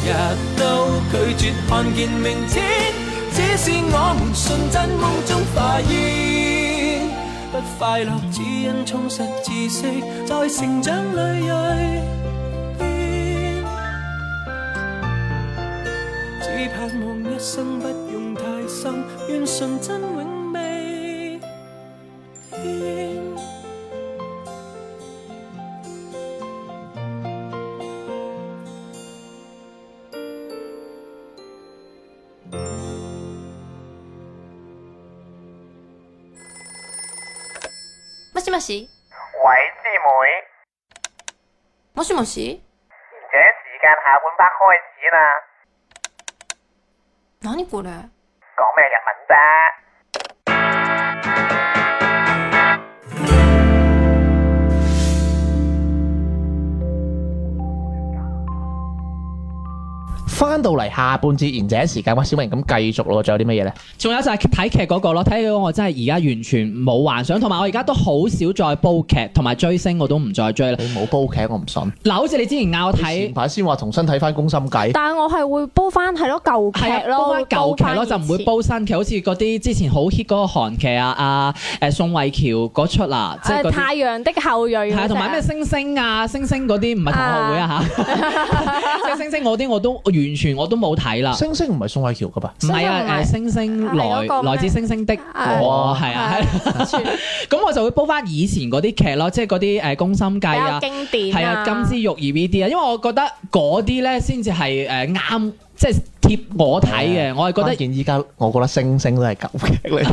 Speaker 4: 日都拒絕看見明天，只是我們純真夢中發現，不快樂只因充實知識，在成長裏鋭變，只盼望一生不用太深，願純真永未變。
Speaker 5: しもし
Speaker 6: 喂，師妹，
Speaker 5: もしもし
Speaker 6: 而且時間下半 part 開始啦，
Speaker 5: 何これ
Speaker 6: 講咩日文啫？
Speaker 1: 翻到嚟下半節賢者時間，喂，小明咁繼續咯，仲有啲乜嘢咧？
Speaker 2: 仲有就係睇劇嗰個咯，睇劇嗰個我真係而家完全冇幻想，同埋我而家都好少再煲劇，同埋追星我都唔再追啦。
Speaker 1: 你冇煲劇，我唔信。
Speaker 2: 嗱，好似你之前嗌我睇
Speaker 1: 前。排先話重新睇翻《攻心計》，
Speaker 3: 但係我係會煲翻係咯舊
Speaker 2: 係啊
Speaker 3: 劇咯，
Speaker 2: 煲翻
Speaker 3: 會
Speaker 2: 舊劇
Speaker 3: 返
Speaker 2: 咯，就唔會
Speaker 3: 以前。
Speaker 2: 煲新劇，好似嗰啲之前好 hit 嗰個韓劇啊，啊誒宋慧喬嗰出啊，即係
Speaker 3: 誒
Speaker 2: 嗰啲
Speaker 3: 太陽的後裔嗰隻
Speaker 2: 係
Speaker 3: 啊
Speaker 2: 啊，同埋咩星星啊、星星嗰啲唔係同學會啊嚇， 即係星星嗰啲我都完全我都冇睇啦。
Speaker 1: 星星唔係宋慧喬噶吧？
Speaker 2: 唔係啊，誒
Speaker 3: 星
Speaker 2: 星星
Speaker 3: 啊係
Speaker 2: 來
Speaker 3: 嗰個咩
Speaker 2: 來自星星的
Speaker 3: 啊
Speaker 2: 我係啊，
Speaker 3: 係全
Speaker 2: 咁我就會煲翻以前嗰啲劇咯，即係嗰啲誒《攻心計》
Speaker 3: 比
Speaker 2: 啊
Speaker 3: 較。經典
Speaker 2: 係啊，金枝玉葉呢啲啊，因為我覺得嗰啲咧先至係誒啱，即係貼我睇嘅。我係覺
Speaker 1: 關
Speaker 2: 得，
Speaker 1: 鍵依家我覺得星星都係舊劇 嚟，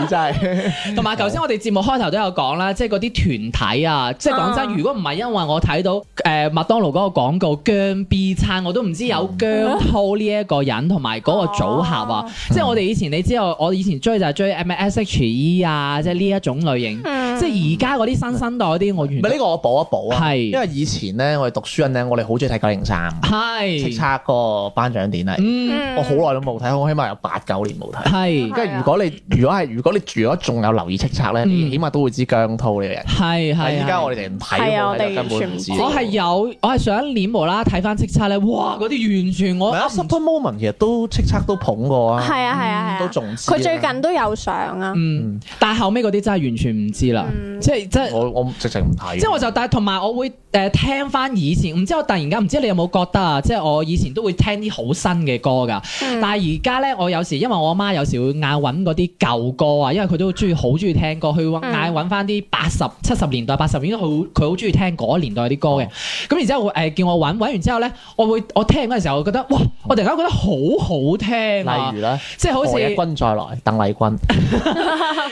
Speaker 1: 你真係
Speaker 2: 同埋頭先我哋節目開頭都有講啦，即係嗰啲團體啊，即係講真，
Speaker 3: 啊
Speaker 2: 如果唔係因為我睇到誒麥當勞嗰個廣告姜 B 餐，我都唔知有姜濤呢一個人同埋嗰個組合啊
Speaker 3: 啊哦。
Speaker 2: 即係我哋以前你知道，我以前追就係追呃咩 S.H.E 啊，即係呢一種類型。
Speaker 3: 嗯
Speaker 2: 即係而家嗰啲新生代嗰啲，我完
Speaker 1: 唔係呢
Speaker 2: 全
Speaker 1: 個我補一補啊，
Speaker 2: 係
Speaker 1: 因為以前咧我哋讀書嗰陣咧，我哋好中意睇九零三叱
Speaker 2: 係，
Speaker 1: 咤個頒獎典禮，
Speaker 2: 嗯
Speaker 3: 嗯
Speaker 1: 我好耐都冇睇，我起碼有八九年冇睇。
Speaker 2: 係。啊
Speaker 1: 跟住如果你如果係如果你如果仲有留意叱咤咧，你
Speaker 2: 嗯
Speaker 1: 起碼都會知姜濤呢個人。
Speaker 2: 係係，
Speaker 1: 但依
Speaker 2: 係
Speaker 1: 家我哋唔睇
Speaker 3: 係啊
Speaker 1: 喎，
Speaker 3: 我哋
Speaker 1: 根本唔知。
Speaker 3: 完全唔知
Speaker 2: 我係有，我係上一年無啦啦睇翻叱咤咧，哇！嗰啲完全
Speaker 1: 唔
Speaker 2: 我
Speaker 1: 係啊
Speaker 2: 噏唔
Speaker 1: ，Super Moment 其實都叱咤都捧過啊，
Speaker 3: 係啊係啊
Speaker 1: 都
Speaker 3: 係啊，
Speaker 1: 仲知啊
Speaker 3: 佢最近都有上啊，
Speaker 2: 嗯，但係後尾嗰啲真係完全唔知啦，即係即係。
Speaker 1: 我我直情唔睇。
Speaker 2: 即係我就但係同埋我會誒、呃、聽翻以前，唔知我突然間唔知你有冇覺得啊？即係我以前都會聽啲好新嘅歌㗎，但係而家咧我有時因為我媽有時會嗌揾嗰啲舊歌啊，因為佢都中意好中意聽歌，佢揾
Speaker 3: 嗯
Speaker 2: 嗌揾翻啲八十七十年代八十年代，因為佢好佢好中意聽嗰年代啲歌嘅。咁然之後誒、呃、叫我揾揾完之後咧，我會我聽嗰陣時候，我覺得哇！我突然間覺得好好聽啊
Speaker 1: 例如咧，
Speaker 2: 即係好似
Speaker 1: 何日君再來，鄧麗君，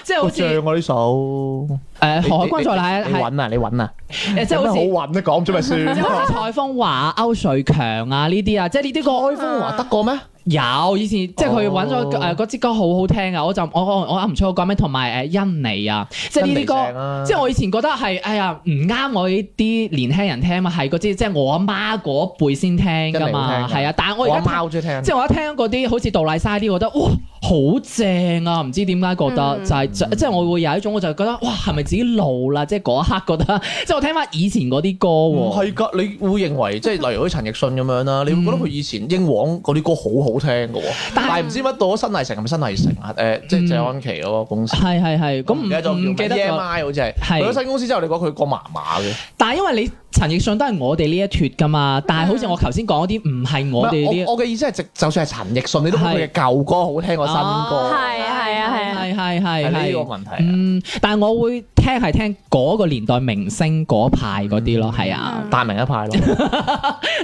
Speaker 2: 即係好
Speaker 1: 我
Speaker 2: 似
Speaker 1: 將我啲數。
Speaker 2: 誒何海君再
Speaker 1: 你
Speaker 2: 嚟
Speaker 1: 你
Speaker 2: 係
Speaker 1: 揾啊，你揾啊，
Speaker 2: 誒即係好似
Speaker 1: 有咩好揾啊？講咗咪
Speaker 2: 即係
Speaker 1: 算。
Speaker 2: 好似蔡楓華、歐瑞強啊呢啲啊，即係呢啲
Speaker 1: 開
Speaker 2: 歌
Speaker 1: 風華得過咩？
Speaker 2: 有以前即係佢揾咗呃誒
Speaker 1: 哦
Speaker 2: 嗰支歌好好聽啊！我就我我我噏唔出我講咩，同埋誒甄妮啊，即係呢啲
Speaker 1: 真係正
Speaker 2: 歌。
Speaker 1: 啊
Speaker 2: 即係我以前覺得係，哎呀唔啱我呢啲年輕人聽啊，係嗰啲即係我阿媽嗰輩先聽㗎嘛，
Speaker 1: 甄妮好聽㗎
Speaker 2: 係啊。但係我
Speaker 1: 我
Speaker 2: 而
Speaker 1: 阿
Speaker 2: 家聽
Speaker 1: 貓中意聽。
Speaker 2: 即係我一聽嗰啲好似杜麗莎啲，覺得哇好正啊！唔知點解覺得、
Speaker 3: 嗯
Speaker 2: 就係、就即係我會有一種我就覺得哇係咪自己老啦？即係嗰一刻覺得，即係我聽翻以前嗰啲歌
Speaker 1: 唔
Speaker 2: 喎。
Speaker 1: 係㗎，你會認為即係例如好似陳奕迅咁樣啦，你會覺得佢以前英皇嗰啲歌好好聽嘅喎，但係唔知乜到咗新藝城係咪新藝城啊？誒，即係謝安琪嗰個公司，
Speaker 2: 係係係，咁
Speaker 1: 唔記得咗
Speaker 2: 唔唔記得
Speaker 1: E M
Speaker 2: 咗。
Speaker 1: I 好似係
Speaker 2: 係
Speaker 1: 去咗新公司之後，你講佢個麻麻嘅，
Speaker 2: 但係因為你陳奕迅都係我哋呢一脱噶嘛，但係好似我頭先講嗰啲唔係我哋呢
Speaker 1: 唔係
Speaker 2: 一
Speaker 1: 我。我嘅意思係，直就算係陳奕迅，你都覺得佢嘅舊歌好聽過新歌，
Speaker 3: 係係啊係啊，
Speaker 2: 係係係
Speaker 1: 係呢
Speaker 2: 係
Speaker 1: 個問題啊。
Speaker 2: 嗯，但係我會聽係聽嗰個年代明星嗰派嗰啲咯，係啊，
Speaker 1: 大明一派咯，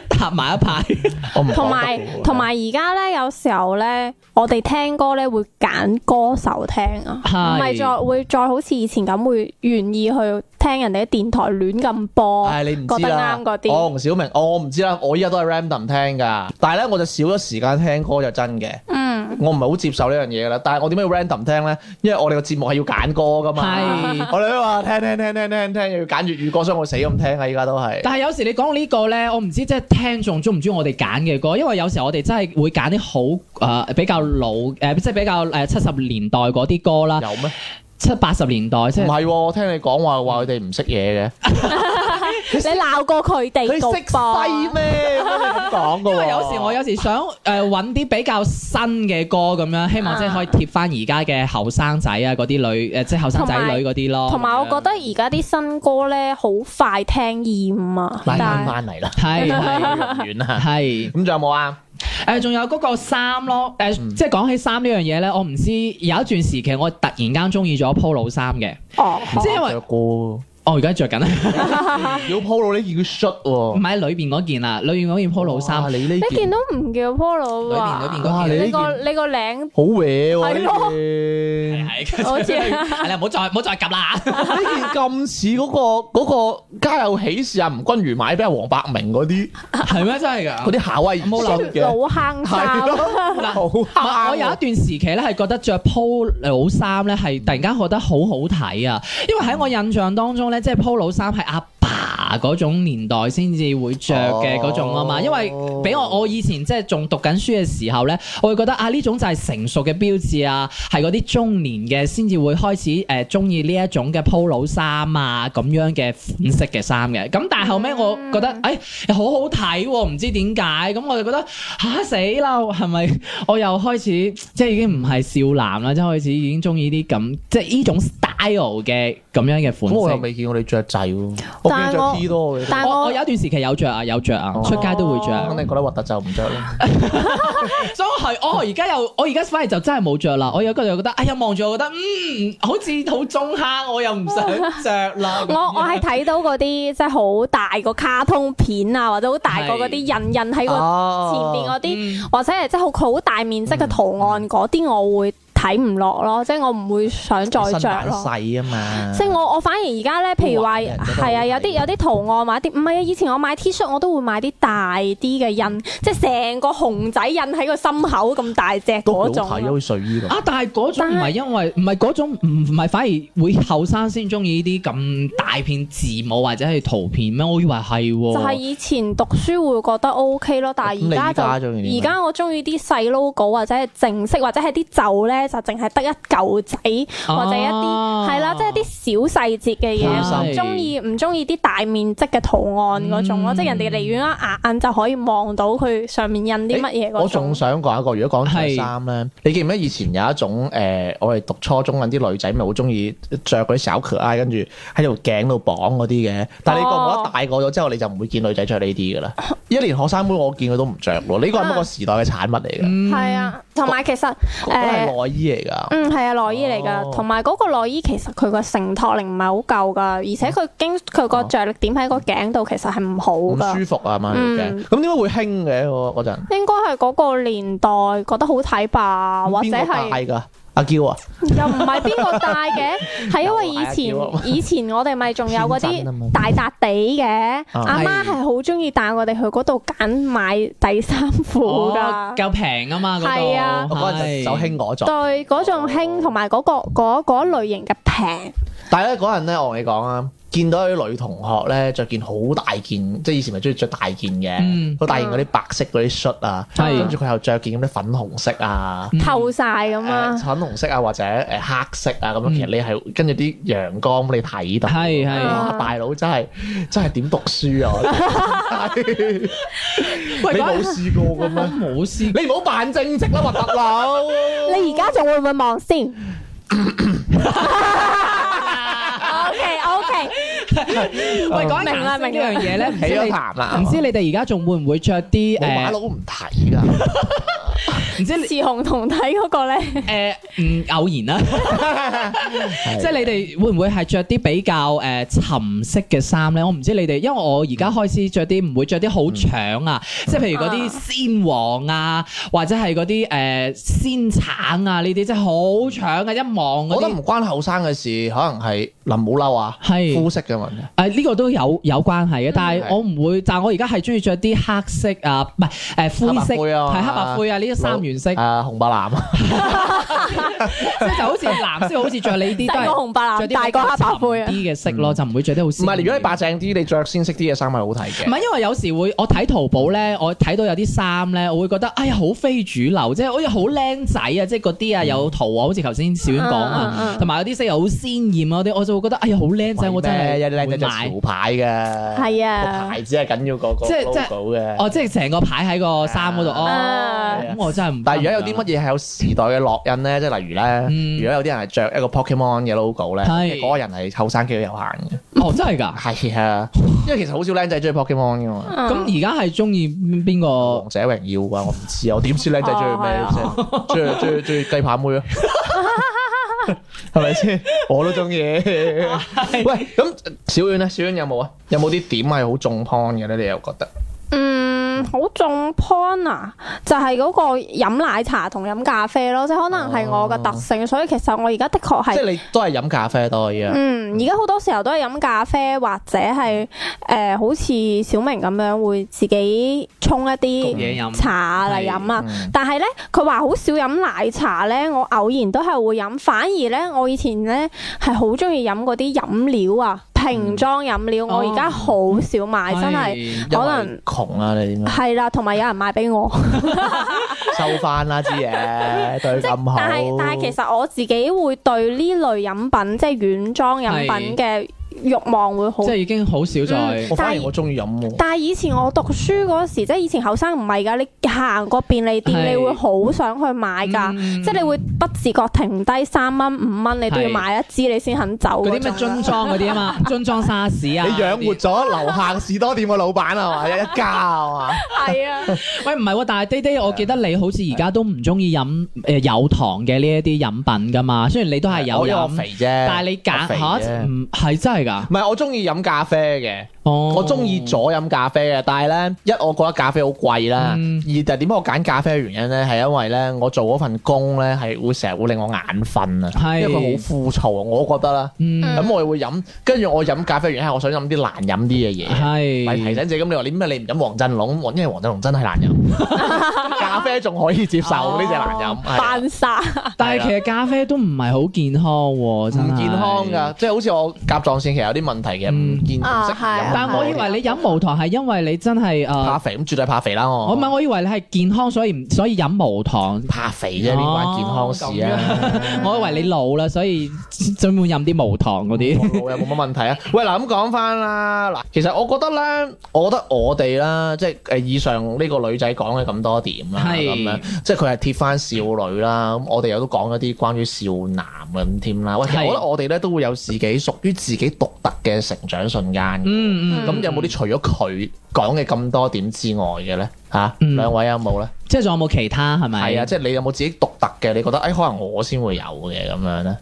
Speaker 2: 搭埋一派。
Speaker 1: 我唔
Speaker 2: 嗯
Speaker 1: 講得啊
Speaker 3: 同埋
Speaker 1: 喎
Speaker 3: 同埋而家咧，有時候咧，我哋聽歌咧會揀歌手聽啊，
Speaker 2: 係
Speaker 3: 唔係再會再好似以前咁會願意去聽人哋啲電台亂咁播。
Speaker 1: 唉，你唔知
Speaker 3: 覺得
Speaker 1: 啦
Speaker 3: 啱嗰。啲
Speaker 1: 我同小明，我唔知啦。我依家都係 random 聽㗎，但係咧我就少咗時間聽歌就真嘅。
Speaker 3: 嗯，
Speaker 1: 我唔係好接受呢樣嘢㗎啦。但係我點解要 random 聽咧？因為我哋個節目係要揀歌㗎嘛。
Speaker 2: 係
Speaker 1: 我哋都話聽聽聽聽聽聽，又要揀粵語歌，所以我死咁聽啊！依家都係。
Speaker 2: 但係有時你講呢個咧，我唔知即係聽眾中唔中意我哋揀嘅歌，因為有時我哋真係會揀啲好誒比較老誒，呃即係比較誒七十年代嗰啲歌啦，
Speaker 1: 有咩？
Speaker 2: 七八十年代即係。
Speaker 1: 唔係喎，我聽你講話話佢哋唔識嘢嘅。
Speaker 3: 你鬧過佢哋
Speaker 1: 你識
Speaker 3: 個
Speaker 1: 西
Speaker 3: 噃？
Speaker 1: 咩？咁講㗎
Speaker 2: 因
Speaker 1: 喎。
Speaker 2: 為有時
Speaker 3: 哦
Speaker 2: 我有時想誒揾啲比較新嘅歌咁樣，希望即係可以貼翻而家嘅後生仔啊嗰啲女誒，即係後生仔女嗰啲咯。
Speaker 3: 同埋我覺得而家啲新歌咧好快聽厭啊，
Speaker 1: 慢
Speaker 3: 但
Speaker 1: 慢
Speaker 3: 係
Speaker 1: 翻嚟啦，
Speaker 2: 係係
Speaker 1: 完啦。
Speaker 2: 係
Speaker 1: 咁仲有冇啊？
Speaker 2: 誒，仲有嗰個衫咯誒，
Speaker 3: 嗯
Speaker 2: 即係講起衫呢樣嘢咧，我唔知有一段時期我突然間中意咗 polo 衫嘅，
Speaker 3: 哦，
Speaker 2: 即係因為
Speaker 1: 着過。
Speaker 2: 哦我而家着緊，唔
Speaker 1: 要 polo 呢件 shirt 喎，
Speaker 2: 係裏邊嗰件啊，裏邊嗰件 polo 衫
Speaker 1: 哦哇，你呢
Speaker 3: 呢件
Speaker 1: 件
Speaker 3: 都唔叫 polo 啊
Speaker 2: 裏邊裏邊
Speaker 1: 哇你呢
Speaker 3: 你個
Speaker 1: 件
Speaker 3: 你個領
Speaker 1: 好歪喎，
Speaker 3: 係咯
Speaker 1: 呢
Speaker 2: 係係
Speaker 3: 好似
Speaker 2: 係啦，唔好再唔好再 夾啦。
Speaker 1: 件呢件咁似嗰個嗰個家有喜事啊，吳君如買俾阿黃百鳴嗰啲
Speaker 2: 係咩？真係
Speaker 1: 嗰
Speaker 2: 㗎？
Speaker 1: 啲夏威夷
Speaker 2: 冇
Speaker 1: 恤
Speaker 3: 老
Speaker 1: 嘅，
Speaker 3: 坑
Speaker 1: 係
Speaker 3: 衫。
Speaker 1: 咯，
Speaker 2: 唔係
Speaker 1: 好
Speaker 2: 我有一段時期咧，係覺得着 polo 呃衫咧，係突然間覺得好好睇啊！因為喺我印象當中咧，即係 polo 衫係阿爸嗰種年代先至會着嘅嗰種啊嘛。
Speaker 1: 哦
Speaker 2: 因為俾我我以前即係仲讀緊書嘅時候咧，我會覺得啊呢種就係成熟嘅標誌啊，係嗰啲中年嘅先至會開始誒中意呢一種嘅 polo 衫啊咁樣嘅款式嘅衫嘅。咁但係後尾我覺得誒、哎好好睇喎、唔知點解咁我就覺得嚇、死啦，係咪？ 我又開始即係已經唔係少男啦，即係開始已經中意啲咁即係呢種 style 嘅咁樣嘅
Speaker 1: 咁我
Speaker 2: 款
Speaker 1: 又
Speaker 2: 式。
Speaker 1: 未見過你着掣喎，我見你
Speaker 3: 但
Speaker 1: 着
Speaker 3: 我
Speaker 1: T 多嘅，
Speaker 3: 但
Speaker 2: 我
Speaker 3: 我。
Speaker 2: 我有一段時期有着啊，有着啊，
Speaker 1: 哦
Speaker 2: 出街都會
Speaker 1: 肯
Speaker 2: 着。
Speaker 1: 定覺得核突就唔着啦。
Speaker 2: 所以我係我而家又我而家反而就真係冇着啦。我有個就覺得，哎呀望住我覺得，嗯，好似好中坑，我又唔想着啦
Speaker 3: 我我係睇到嗰啲即係好大個卡通片啊，或者好大個嗰啲印印喺個前
Speaker 1: 哦嗯
Speaker 3: 面嗰啲，
Speaker 2: 嗯
Speaker 3: 或者係即係好好大面積嘅圖案嗰啲，我會睇唔落咯，即係我唔會想再着咯。
Speaker 1: 細啊嘛
Speaker 3: 即係我我反而而家咧，譬如話
Speaker 1: 都畫人嗰度
Speaker 3: 係啊，有啲有啲圖案或者啲唔係啊，以前我買 T 恤我都會買啲大啲嘅印，即係成個熊仔印喺個心口咁大隻嗰種啊。
Speaker 1: 似睡衣咁。
Speaker 2: 啊！但係嗰種唔係因為唔係嗰種唔唔係反而會後生先中意呢啲咁大片字母或者係圖片咩？我以為係喎。
Speaker 3: 就係以前讀書會覺得 O K 咯，但係而家就
Speaker 1: 咁
Speaker 3: 而
Speaker 1: 你而家
Speaker 3: 家我中意啲細 logo 或者係正式或者係啲袖咧就淨係得一嚿仔或者一啲
Speaker 2: 啊
Speaker 3: 係啦，即係啲小細節嘅嘢，
Speaker 2: 係
Speaker 3: 唔中意唔中意啲大面積嘅圖案嗰種咯，
Speaker 2: 嗯
Speaker 3: 即係人哋離遠一眼就可以望到佢上面印啲乜嘢
Speaker 1: 我
Speaker 3: 嗰
Speaker 1: 仲
Speaker 3: 種。
Speaker 1: 想講一個，如果講着
Speaker 2: 係
Speaker 1: 衫咧，你記唔記得以前有一種誒、呃我哋讀初中嗰啲女仔咪好中意着嗰啲小可愛，跟住喺條頸度綁嗰啲嘅。但係你覺唔覺
Speaker 3: 哦
Speaker 1: 得大個咗之後，你就唔會見女仔着呢啲噶啦？一年學生妹我見佢都唔着喎，呢個係
Speaker 3: 啊
Speaker 1: 乜個時代嘅產物嚟嘅？
Speaker 2: 嗯
Speaker 3: 係啊，同埋其實
Speaker 1: 嗰
Speaker 3: 誒。
Speaker 1: 係內衣嚟㗎。
Speaker 3: 嗯，係啊，內衣嚟
Speaker 1: 哦
Speaker 3: 㗎，同埋嗰個內衣其實佢個承托力唔係好夠㗎，而且佢經佢個着力點喺個頸度其實係唔好
Speaker 1: 唔
Speaker 3: 㗎。
Speaker 1: 舒服啊嘛，條頸
Speaker 3: 嗯
Speaker 1: 咁點解會興嘅嗰嗰陣？
Speaker 3: 應該係嗰個年代覺得好睇吧，啊或者
Speaker 1: 邊個戴
Speaker 3: 係
Speaker 1: 㗎？阿嬌啊，
Speaker 3: 又唔係邊個戴 嘅，係因為以
Speaker 1: 又係啊
Speaker 3: 前 以前我哋咪仲有嗰
Speaker 1: 天真啊嘛
Speaker 3: 啲大笪地嘅，阿媽
Speaker 2: 啊係
Speaker 3: 係好中意帶我哋去嗰度揀買第三褲
Speaker 2: 哦
Speaker 3: 㗎，。
Speaker 2: 夠平啊嘛，嗰度
Speaker 3: 係啊
Speaker 1: 我哦嗰陣就興嗰種。
Speaker 3: 對嗰種興同埋嗰個嗰嗰類型嘅平，
Speaker 1: 但係咧嗰陣咧，我同你講啊，見到啲女同學咧着件好大件，即係以前咪中意着大件
Speaker 2: 嗯
Speaker 1: 嘅，好大件嗰啲白色嗰啲恤啊，
Speaker 2: 係
Speaker 1: 跟住佢又着件咁啲粉紅色啊。
Speaker 2: 嗯
Speaker 3: 透晒咁啊
Speaker 1: 誒，粉紅色啊，或者誒黑色啊，咁樣
Speaker 2: 嗯
Speaker 1: 其實你係跟住啲陽光你睇到，
Speaker 2: 係係
Speaker 1: 哇大佬真係真係點讀書啊！我真係
Speaker 2: 喂
Speaker 1: 你冇
Speaker 2: 嗰
Speaker 1: 試過嘅咩？
Speaker 2: 冇 試
Speaker 1: 你唔好扮正直啦，核突佬！
Speaker 3: 你而家仲會唔會望先？OK OK，
Speaker 2: 喂，講起
Speaker 3: 明啦
Speaker 2: 顏色呢
Speaker 3: 明啦
Speaker 2: 樣嘢咧，唔
Speaker 1: 起
Speaker 2: 知
Speaker 1: 咗
Speaker 2: 你
Speaker 1: 痰啦，
Speaker 2: 唔知你哋而家仲會唔會着啲
Speaker 1: 我馬佬
Speaker 2: 誒？
Speaker 1: 唔睇㗎。
Speaker 2: 唔知你
Speaker 3: 志雄同睇嗰個咧。
Speaker 2: 誒唔呃嗯偶然啦，
Speaker 1: 嗯
Speaker 2: 即係你哋會唔會係着啲比較誒沉色嘅衫咧？我唔知你哋，因為我而家開始着啲唔會着啲
Speaker 1: 嗯
Speaker 2: 好長啊，即係譬如嗰啲鮮黃啊，或者係嗰啲誒鮮橙啊呢啲，即係好長嘅，一望
Speaker 1: 我
Speaker 2: 嗰
Speaker 1: 覺得
Speaker 2: 啲
Speaker 1: 唔關後生嘅事，可能係林冇嬲啊，
Speaker 2: 係
Speaker 1: 膚色嘅問題。
Speaker 2: 誒呃呢個都有有關係嘅，但係
Speaker 1: 嗯係
Speaker 2: 我唔會，但係我而家係中意着啲黑色啊，唔係誒灰色，
Speaker 1: 黑白灰啊
Speaker 2: 係黑白灰啊呢啲三原色，即
Speaker 1: 啊，紅白藍 啊，
Speaker 2: 係就好似藍色，好似着你呢啲都
Speaker 3: 細個
Speaker 2: 係
Speaker 3: 紅白
Speaker 2: 着
Speaker 3: 藍，
Speaker 2: 啲
Speaker 3: 大個黑白灰啊
Speaker 2: 沉！啲嘅色咯，就唔會着啲好鮮
Speaker 1: 嗯唔係如果
Speaker 2: 豔
Speaker 1: 你白淨啲，你着鮮色啲嘅衫係好睇
Speaker 2: 唔
Speaker 1: 嘅。
Speaker 2: 係，因為有時會我睇淘寶咧，我睇到有啲衫咧，我會覺得哎呀好非主流，即係哎好似好靚仔啊，即係嗰啲啊
Speaker 1: 嗯
Speaker 2: 有圖啊，好似頭先小婉講
Speaker 3: 嗯嗯
Speaker 2: 啊，
Speaker 3: 嗯
Speaker 2: 同埋有啲色又好鮮豔啊嗰啲，我就會覺得哎呀好靚仔，我真
Speaker 1: 咩
Speaker 2: 係
Speaker 1: 有啲靚仔
Speaker 2: 會
Speaker 1: 就
Speaker 2: 買。
Speaker 1: 潮牌嘅，
Speaker 3: 係啊
Speaker 1: 個牌子係緊要過個
Speaker 2: 即係即係
Speaker 1: logo 嘅。
Speaker 2: 哦，即係成個牌喺個衫嗰度哦
Speaker 3: 啊，
Speaker 2: 咁我真係唔。
Speaker 1: 但係如果有啲乜嘢係有時代嘅烙印咧，即係例如咧，
Speaker 2: 嗯
Speaker 1: 如果有啲人係着一個 Pokemon 嘅 logo 咧，
Speaker 2: 係
Speaker 1: 嗰個人係後生機會有限嘅。
Speaker 2: 嘢？哦，真係㗎。
Speaker 1: 係啊，因為其實好少靚仔中意 Pokemon 噶嘛。
Speaker 3: 啊
Speaker 2: 咁而家係中意邊個？
Speaker 3: 嗯
Speaker 1: 王者榮耀
Speaker 2: 哦啊
Speaker 1: 啊 啩，我唔知啊，我點知靚仔中意咩啫？中意中意中意雞扒妹啊！啊係咪先？我都中意。喂，咁小婉咧，小婉有冇啊？有冇啲點係好中 point 嘅咧？你又覺得？
Speaker 3: 嗯，好重 point 啊，就係嗰個飲奶茶同飲咖啡咯，即係可能係我嘅特性，所以其實我而家的確
Speaker 1: 即
Speaker 3: 係。
Speaker 1: 係你都係飲咖啡多啊嘅。
Speaker 3: 嗯，而家好多時候都係飲咖啡或者係誒、呃好似小明咁樣會自己沖一
Speaker 2: 焗嘢
Speaker 3: 啲
Speaker 2: 飲
Speaker 3: 茶嚟飲啊。
Speaker 1: 嗯
Speaker 3: 但係咧，佢話好少飲奶茶咧，我偶然都係會飲。反而咧，我以前咧係好中意飲嗰啲飲料啊，瓶裝飲料。
Speaker 2: 嗯
Speaker 3: 我而家好少買，真係
Speaker 2: 係
Speaker 1: 哎因為
Speaker 3: 可能
Speaker 1: 窮啊，你點啊？
Speaker 3: 係啦，同埋有人買俾我。
Speaker 1: 收翻啦支 嘢，對
Speaker 3: 即係
Speaker 1: 咁好。
Speaker 3: 但係但係其實我自己會對呢類飲品，即係軟裝飲品嘅慾望會好
Speaker 2: 即係已經好少再
Speaker 3: 嗯
Speaker 1: 我反
Speaker 3: 但
Speaker 1: 而
Speaker 3: 係
Speaker 1: 我中意飲喎。
Speaker 3: 但係以前我讀書嗰時，即係以前後生唔係㗎，你行過便利店，
Speaker 2: 係
Speaker 3: 你會好想去買㗎，
Speaker 2: 嗯
Speaker 3: 即係你會不自覺停低三蚊五蚊，你都要
Speaker 2: 係
Speaker 3: 買一支你先肯走嗰
Speaker 2: 嗰啲咩
Speaker 3: 種
Speaker 2: 樽
Speaker 3: 㗎。
Speaker 2: 裝嗰啲啊 嘛，樽裝沙士啊，
Speaker 1: 你養活
Speaker 2: 嗰啲
Speaker 1: 咗樓下士多店嘅老闆啊嘛，一家啊嘛。
Speaker 3: 係啊，
Speaker 2: 喂唔係喎，但係滴滴，我記得你好似而家都唔中意飲誒有糖嘅呢一啲飲品噶嘛，雖然你都係有
Speaker 1: 我因為
Speaker 2: 飲，
Speaker 1: 我肥啫，
Speaker 2: 但係你
Speaker 1: 我肥
Speaker 2: 揀嚇
Speaker 1: 啫
Speaker 2: 唔係真係㗎，
Speaker 1: 唔係我中意飲咖啡嘅，
Speaker 2: 哦
Speaker 1: 我中意咗飲咖啡嘅，但係咧一我覺得咖啡好貴啦，
Speaker 2: 嗯
Speaker 1: 二就係點解我揀咖啡嘅原因咧，係因為咧我做嗰份工咧係會成日會令我眼瞓啊，
Speaker 2: 係
Speaker 1: 因為佢好枯燥啊，我覺得啦，
Speaker 2: 嗯
Speaker 1: 咁、我會飲，跟住我飲咖啡嘅原因係我想飲啲難飲啲嘅嘢。咪提
Speaker 2: 係。
Speaker 1: 醒自己咁，你話你咩？你唔飲黃振龍，因為黃振龍真係難飲， 咖啡仲可以接受，呢只難飲，
Speaker 2: 哦
Speaker 1: 係啊
Speaker 3: 扮晒。
Speaker 2: 但係其實咖啡都唔係好健康喎，真
Speaker 1: 唔
Speaker 2: 係
Speaker 1: 健康噶，。即係好似我甲狀腺其實有啲問題嘅，唔
Speaker 2: 嗯
Speaker 1: 健唔
Speaker 3: 啊
Speaker 1: 識
Speaker 3: 係啊
Speaker 1: 飲。
Speaker 2: 但我以為你飲無糖係因為你真係
Speaker 1: 怕
Speaker 2: 誒，
Speaker 1: 肥，咁絕對怕肥啦我。
Speaker 2: 啊我唔係我以為你係健康，所以唔所以 飲無糖。
Speaker 1: 怕肥啫，呢
Speaker 2: 哦
Speaker 1: 關健康事啊。
Speaker 2: 我以為你老啦，所以專門飲啲無糖嗰啲。
Speaker 1: 我又冇乜問題啊。喂，嗱咁講翻啦，嗱，其實我覺得咧，我覺得我哋啦，即係誒以上呢個女仔講嘅咁多點啦，
Speaker 2: 係
Speaker 1: 咁樣，即係佢係貼翻少女啦。咁我哋又都講一啲關於少男嘅咁添啦。喂，其實
Speaker 2: 係
Speaker 1: 我覺得我哋咧都會有自己屬於自己獨特嘅成長瞬間嘅。
Speaker 2: 嗯嗯，
Speaker 1: 咁有冇啲除咗佢講嘅咁多點之外嘅咧？嚇，
Speaker 2: 嗯
Speaker 1: 兩位有冇咧？
Speaker 2: 即係仲有冇其他係咪？
Speaker 1: 係啊，即係你有冇自己獨特嘅？你覺得誒、哎可能我先會有嘅咁樣咧？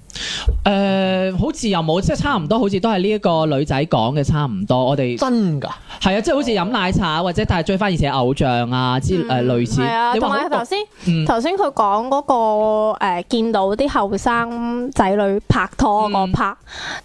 Speaker 2: 誒，好似又冇，即係差唔多，好似都係呢一個女仔講嘅差唔多。我哋
Speaker 1: 真㗎？
Speaker 2: 係啊，即係好似飲奶茶或者但係追翻以前嘅偶像啊之誒類似。
Speaker 3: 係啊，
Speaker 2: 你
Speaker 3: 同
Speaker 2: 話
Speaker 3: 埋
Speaker 2: 好
Speaker 3: 頭
Speaker 2: 毒
Speaker 3: 先
Speaker 2: 嗯
Speaker 3: 頭先佢講嗰個誒見到啲後生仔女拍拖嗰
Speaker 2: 嗯
Speaker 3: 個拍，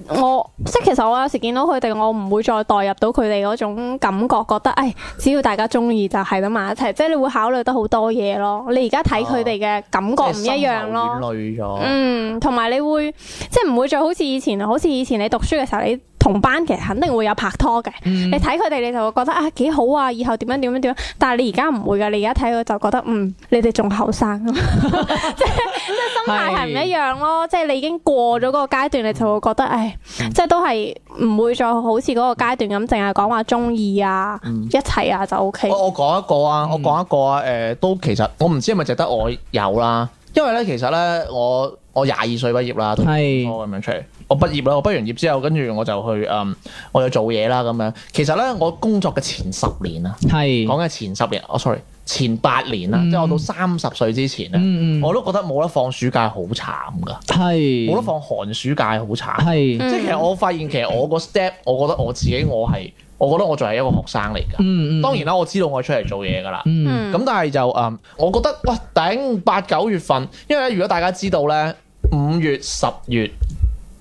Speaker 3: 我即係其實我有時見到佢哋，我唔會再代入到佢哋嗰種感覺，覺得誒只要大家中意就係咁埋一齊，即係你會考慮得好多嘢咯。你而家睇佢哋嘅感覺唔一樣咯。
Speaker 1: 累咗。
Speaker 3: 嗯，同埋你會即係唔會再好似以前，啊好似以前你讀書嘅時候，你同班其實肯定會有拍拖嘅。
Speaker 1: 嗯
Speaker 3: 你睇佢哋，你就會覺得啊幾好啊，以後點樣點樣點樣。但係你而家唔會㗎，你而家睇佢就覺得嗯，你哋仲後生，即係
Speaker 1: 嗯
Speaker 3: 即係心態係唔一樣咯。即係你已經過咗嗰個階段，你就會覺得唉，即係都係唔會再好似嗰個階段咁，淨係講話中意啊，
Speaker 1: 嗯
Speaker 3: 一齊啊就 O K。
Speaker 1: 我我講一個啊，我講一個啊，誒、都其實我唔知係咪淨得我有啦，因為咧其實咧我我廿二歲畢業啦，都
Speaker 2: 係
Speaker 1: 咁樣出嚟。我畢業啦，我畢完業之後，跟住我就去嗯，我就做嘢啦咁樣。其實咧，我工作嘅前十年啊，
Speaker 2: 係
Speaker 1: 講嘅前十年，我、sorry，前哦八年啦，
Speaker 2: 嗯
Speaker 1: 即係我到三十歲之前咧，啊
Speaker 2: 嗯嗯
Speaker 1: 我都覺得冇得放暑假好慘噶，
Speaker 2: 係
Speaker 1: 冇得放寒暑假好慘。
Speaker 2: 係
Speaker 1: 即係其實我發現其實我個 step，我覺得我自己我係，我覺得我仲係一個學生嚟㗎。
Speaker 2: 嗯嗯
Speaker 1: 當然啦，我知道我係出嚟做嘢㗎啦。
Speaker 2: 嗯。
Speaker 3: 嗯
Speaker 1: 咁但係就誒、嗯我覺得哇頂八九月份，因為咧如果大家知道咧，五月、十月、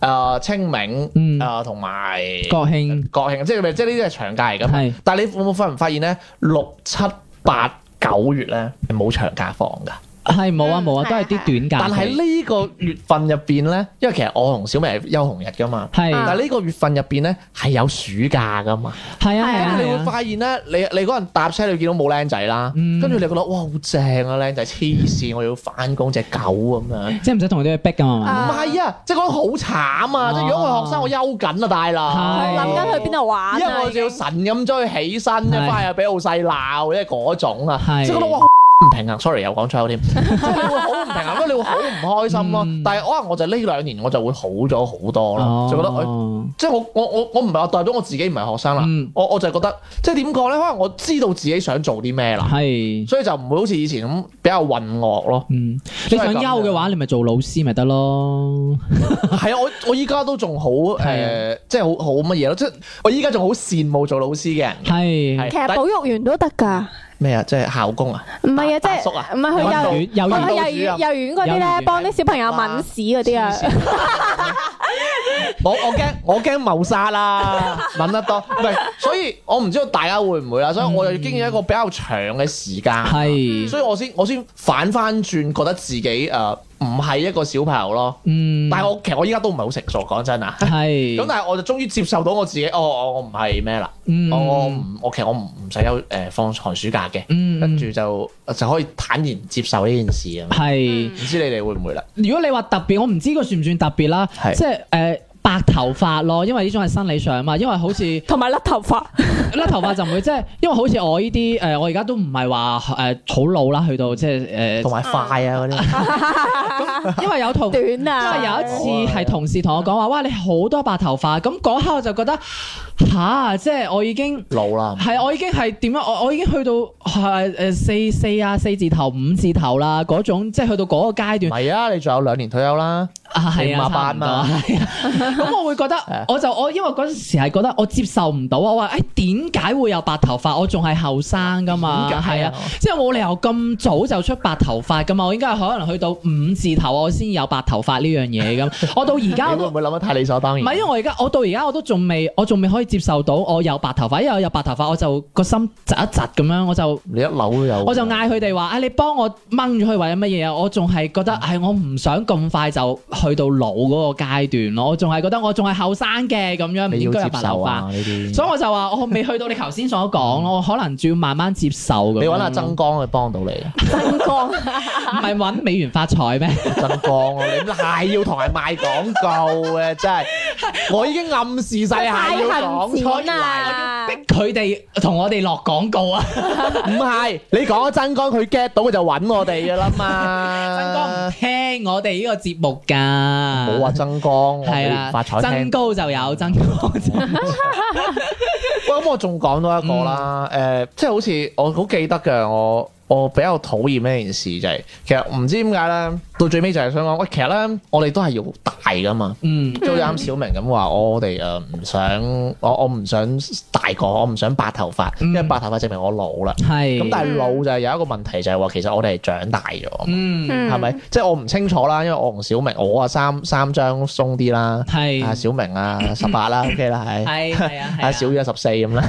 Speaker 1: 誒、清明
Speaker 2: 嗯
Speaker 1: 誒同埋
Speaker 2: 國慶
Speaker 1: 國慶，即係即係呢啲係長假嚟㗎
Speaker 2: 係
Speaker 1: 嘛。但係你有冇發唔發現咧？六七八九月咧係冇長假放㗎。
Speaker 2: 係冇啊
Speaker 3: 嗯
Speaker 2: 冇啊，
Speaker 3: 係
Speaker 2: 都係啲短假
Speaker 1: 但
Speaker 2: 期。
Speaker 1: 係呢個月份入邊咧，因為其實我同小明係休紅日㗎嘛。
Speaker 2: 係
Speaker 3: 啊
Speaker 1: 但係呢個月份入邊咧係有暑假噶嘛，
Speaker 2: 係啊係
Speaker 3: 係
Speaker 2: 啊
Speaker 3: 啊
Speaker 1: 你
Speaker 2: 係
Speaker 1: 會
Speaker 2: 啊，
Speaker 1: 發現咧，你你嗰陣搭車你會見到冇僆仔啦，
Speaker 2: 嗯
Speaker 1: 跟住你覺得哇好正啊僆仔，黐線我要翻工只狗咁樣，唔
Speaker 2: 即係唔使同佢哋去逼㗎嘛。
Speaker 3: 啊
Speaker 1: 係啊，即係覺得好慘啊！
Speaker 2: 啊
Speaker 1: 即係如果我係學生，我休緊啊大
Speaker 3: 我
Speaker 2: 係
Speaker 3: 諗
Speaker 1: 佬，
Speaker 3: 緊去邊度玩
Speaker 1: 因為
Speaker 3: 啊
Speaker 1: 我！仲要神咁追起身，一
Speaker 2: 係
Speaker 1: 翻去俾老細鬧，即係嗰種啊，
Speaker 2: 係
Speaker 1: 即係覺得哇好唔平衡，sorry 又講粗 口添，即係你會好唔平衡，不過你會好唔開心咯
Speaker 2: 嗯。
Speaker 1: 但係可能我就呢兩年我就會好咗好多咯，就覺得我哎
Speaker 2: 哦
Speaker 1: 即係我我我我唔係話代表我自己唔係學生啦，
Speaker 2: 嗯
Speaker 1: 我我就係覺得即係點講咧？可能我知道自己想做啲咩啦，
Speaker 2: 係。。
Speaker 1: 所以就唔會好似以前咁比較混噩咯
Speaker 2: 嗯，你想休嘅話，你咪做老師咪得 咯。
Speaker 1: 係啊，我我依家都仲好
Speaker 2: 係啊
Speaker 1: 誒，即係好好乜嘢咯？即係我依家仲好羨慕做老師嘅人
Speaker 2: 係
Speaker 1: 係
Speaker 3: 其實保育員都得㗎，
Speaker 1: 咩啊？即係校工啊？
Speaker 3: 唔係啊，即
Speaker 1: 大
Speaker 3: 係
Speaker 1: 叔啊
Speaker 3: 唔係去幼
Speaker 2: 幼幼
Speaker 3: 唔係
Speaker 2: 兒
Speaker 3: 去
Speaker 1: 園
Speaker 3: 幼兒幼兒園嗰啲
Speaker 2: 幼兒
Speaker 3: 咧
Speaker 2: 園，
Speaker 3: 幫啲小朋友抿屎嗰啲啊
Speaker 1: 黐，線我我驚我驚謀殺啦，問得多，唔係，所以我唔知道大家會唔會啦，所以我又要經歷一個比較長嘅時間，
Speaker 2: 係，
Speaker 1: 所以我先我先反翻轉，覺得自己誒唔係一個小朋友咯。
Speaker 2: 嗯，
Speaker 1: 但係我其實我依家都唔係好成熟，講真啊。
Speaker 2: 係
Speaker 1: 咁但係我就終於接受到我自己，哦，我我唔係咩啦，
Speaker 2: 嗯
Speaker 1: 我我唔我其實我唔唔使休誒放寒暑假嘅，
Speaker 2: 嗯
Speaker 1: 跟住就就可以坦然接受呢件事啊。
Speaker 2: 係。
Speaker 1: 唔知你哋會唔會啦？
Speaker 2: 如果你話特別，我唔知佢算唔算特別啦，
Speaker 1: 嗯係
Speaker 2: 即係誒。呃白頭髮咯，因為呢種係生理上嘛，因為 好似
Speaker 3: 同埋甩頭髮。
Speaker 2: 甩頭髮就唔會，即係因為好似我呢啲誒，呃我而家都唔係話誒好老啦，去到即係誒，呃
Speaker 1: 同埋快啊嗰啲。
Speaker 2: 因為有同
Speaker 3: 短
Speaker 2: 因
Speaker 3: 啊！
Speaker 2: 為有一
Speaker 1: 哦
Speaker 2: 次係同事同我講話，哇，你好多白頭髮，咁嗰刻我就覺得吓、即係我已經。
Speaker 1: 老啦，
Speaker 2: 係，我已經係點樣？我我已經去到係誒四四啊四字頭五字頭啦，嗰種即係去到嗰個階
Speaker 1: 唔
Speaker 2: 段
Speaker 1: 係啊，你仲有兩年退休啦，
Speaker 2: 啊，係
Speaker 1: 四
Speaker 2: 啊，
Speaker 1: 五啊
Speaker 2: 差
Speaker 1: 八
Speaker 2: 唔多
Speaker 1: 嘛
Speaker 2: 係啊咁我會覺得
Speaker 1: 啊，
Speaker 2: 我就我因為嗰陣時係覺得我接受唔到啊！我話誒點解會有白頭髮？我仲係後生噶嘛，
Speaker 1: 點解
Speaker 2: 係
Speaker 1: 啊
Speaker 2: 啊，即係我冇理由咁早就出白頭髮噶嘛，我應該係可能去到五字頭我先有白頭髮呢樣嘢 咁。我到而
Speaker 1: 你
Speaker 2: 啊家我
Speaker 1: 會
Speaker 2: 都
Speaker 1: 唔會諗得太理所當
Speaker 2: 唔
Speaker 1: 然？
Speaker 2: 係，因為我而家我到而家我都仲未，我仲未可以接受到我有白頭髮，因為我有白頭髮我就個心窒一窒咁樣，我就
Speaker 1: 你一扭都有，
Speaker 2: 我就嗌佢哋話：，啊，你幫我掹咗佢或者乜嘢啊？我仲係覺得，唉，我唔想咁快就去到老嗰個階段咯。我仲係覺得我仲係後生嘅咁樣，唔
Speaker 1: 你
Speaker 2: 應
Speaker 1: 要
Speaker 2: 該有
Speaker 1: 接
Speaker 2: 白
Speaker 1: 受
Speaker 2: 頭
Speaker 1: 啊
Speaker 2: 髮。
Speaker 1: 呢啲。
Speaker 2: 所以我就話我未去到你頭先所講咯，我可能仲要慢慢接受咁樣。
Speaker 1: 你揾阿曾光去幫到你，啊
Speaker 3: 真光，
Speaker 2: 唔係揾美元發財 咩？
Speaker 1: 曾光啊，你係要同人賣廣告嘅，真係，我已經暗 示晒你係要講出
Speaker 3: 太恨錢
Speaker 1: 嚟，
Speaker 3: 啊！
Speaker 2: 逼佢哋同我哋落廣告 啊！
Speaker 1: 唔係你講咗曾光，佢 get 到佢就揾我哋噶啦
Speaker 2: 曾哥唔
Speaker 1: 嘛。
Speaker 2: 聽我哋呢個節目㗎。
Speaker 1: 冇啊，曾光，我
Speaker 2: 係
Speaker 1: 哋
Speaker 2: 啊
Speaker 1: 發，財
Speaker 2: 增
Speaker 1: 聽。
Speaker 2: 高就有增高就有。
Speaker 1: 喂，咁我仲講多一個啦，誒、
Speaker 2: 嗯
Speaker 1: 即係好似我好記得嘅，我我比較討厭呢件事就係、其實唔知點解咧，到最尾就係想講，喂，其實咧，我哋都係要大噶嘛。
Speaker 2: 嗯
Speaker 1: 即係好似啱小明咁話，我哋誒唔想，我我唔想大個，我唔想白頭髮，
Speaker 2: 嗯
Speaker 1: 因為白頭髮證明我老啦。
Speaker 2: 係。
Speaker 1: 咁但係老就係有一個問題，就係話其實我哋係長大咗，
Speaker 2: 嗯
Speaker 1: 係咪？即係我唔清楚啦，因為我同小明，我啊三三張鬆啲啦，
Speaker 2: 係
Speaker 1: 啊 小明啊十八啦，OK 啦，係。
Speaker 2: 係係啊係
Speaker 1: 啊，少咗十四 咁啦，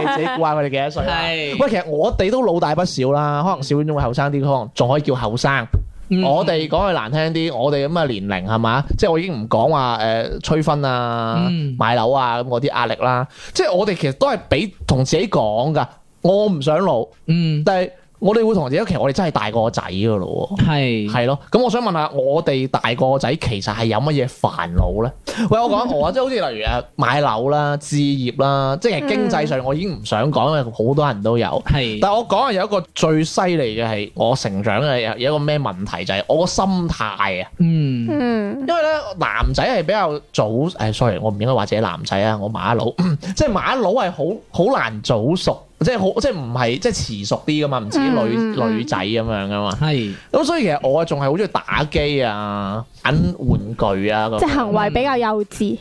Speaker 1: 你自己估下佢哋幾多歲啦？
Speaker 2: 係
Speaker 1: 喂，其實我哋都老大不小啦，可能小婉仲會後生啲，可能仲可以叫後生。
Speaker 2: 嗯
Speaker 1: 我哋講句難聽啲，我哋咁嘅年齡係嘛，即係我已經唔講話誒催婚啊、
Speaker 2: 嗯
Speaker 1: 買樓啊咁嗰啲壓力啦。即係我哋其實都係俾同自己講㗎，我唔想老，
Speaker 2: 嗯
Speaker 1: 但係我哋會同自己講，其實我哋真係大個仔㗎咯喎。
Speaker 2: 係
Speaker 1: 係咯，咁我想問下，我哋大個仔其實係有乜嘢煩惱咧？喂，我講我啊，即係好似例如誒買樓啦、置業啦，即係經濟上我已經唔想講，因為好多人都有。
Speaker 2: 係
Speaker 1: 但係我講下有一個最犀利嘅係我成長嘅有有一個咩問題就係、我個心態啊，
Speaker 2: 嗯
Speaker 3: 嗯，
Speaker 1: 因為咧男仔係比較早誒、s o r r y 我唔應該話自己男仔啊，我馬佬， 即係馬佬係好好難早熟，即係好即係唔係即係遲熟啲噶嘛，唔似女、
Speaker 3: 嗯嗯嗯
Speaker 1: 女仔咁樣噶嘛。
Speaker 2: 係
Speaker 1: 咁所以其實我仲係好中意打機啊、玩玩具啊咁。
Speaker 3: 即係行為比較幼稚。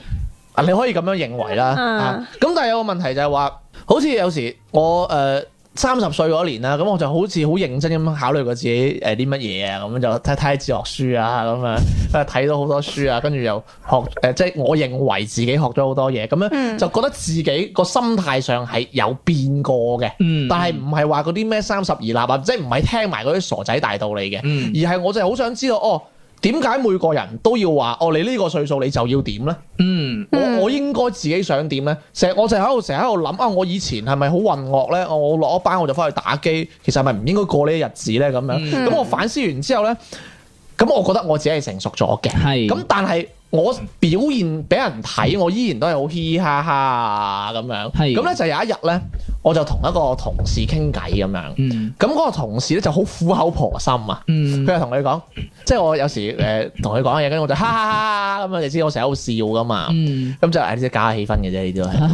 Speaker 1: 啊，你可以咁樣認為啦。
Speaker 3: 嗯
Speaker 1: 啊咁、但係有個問題就係話，好似有時我誒三十歲嗰年啦，咁我就好似好認真咁考慮過自己誒啲乜嘢啊，咁樣就睇睇自學書啊，咁樣啊睇到好多書啊，跟住又學誒、呃即係我認為自己學咗好多嘢，咁樣、
Speaker 3: 嗯
Speaker 1: 就覺得自己個心態上係有變過嘅。
Speaker 2: 嗯
Speaker 1: 但係唔係話嗰啲咩三十而立啊，即係唔係聽埋嗰啲傻仔大道理嘅，
Speaker 2: 嗯
Speaker 1: 而係我就係好想知道哦，點解每個人都要話哦，你呢個歲數你就要點呢？
Speaker 2: 嗯
Speaker 1: 我我應該自己想點呢？成日我就喺度成日喺度諗啊，我以前係咪好混噩呢？我落咗班我就翻去打機，其實係咪唔應該過呢啲日子呢？咁樣
Speaker 2: 嗯
Speaker 1: 咁、我反思完之後呢，咁我覺得我自己係成熟咗嘅。
Speaker 2: 嗯係
Speaker 1: 咁但係我表現俾人睇，我依然都係好嘻嘻哈哈啊咁樣。
Speaker 2: 係
Speaker 1: 咁咧就有一日咧，我就同一個同事傾偈咁樣。
Speaker 2: 嗯
Speaker 1: 咁嗰個同事咧就好苦口婆心啊！
Speaker 2: 嗯
Speaker 1: 佢就同你講，即係我有時誒同佢講嘢，跟住我就哈哈哈哈咁樣，你知我成日好笑噶嘛。
Speaker 2: 嗯。
Speaker 1: 咁就誒，即係搞下氣氛嘅啫，呢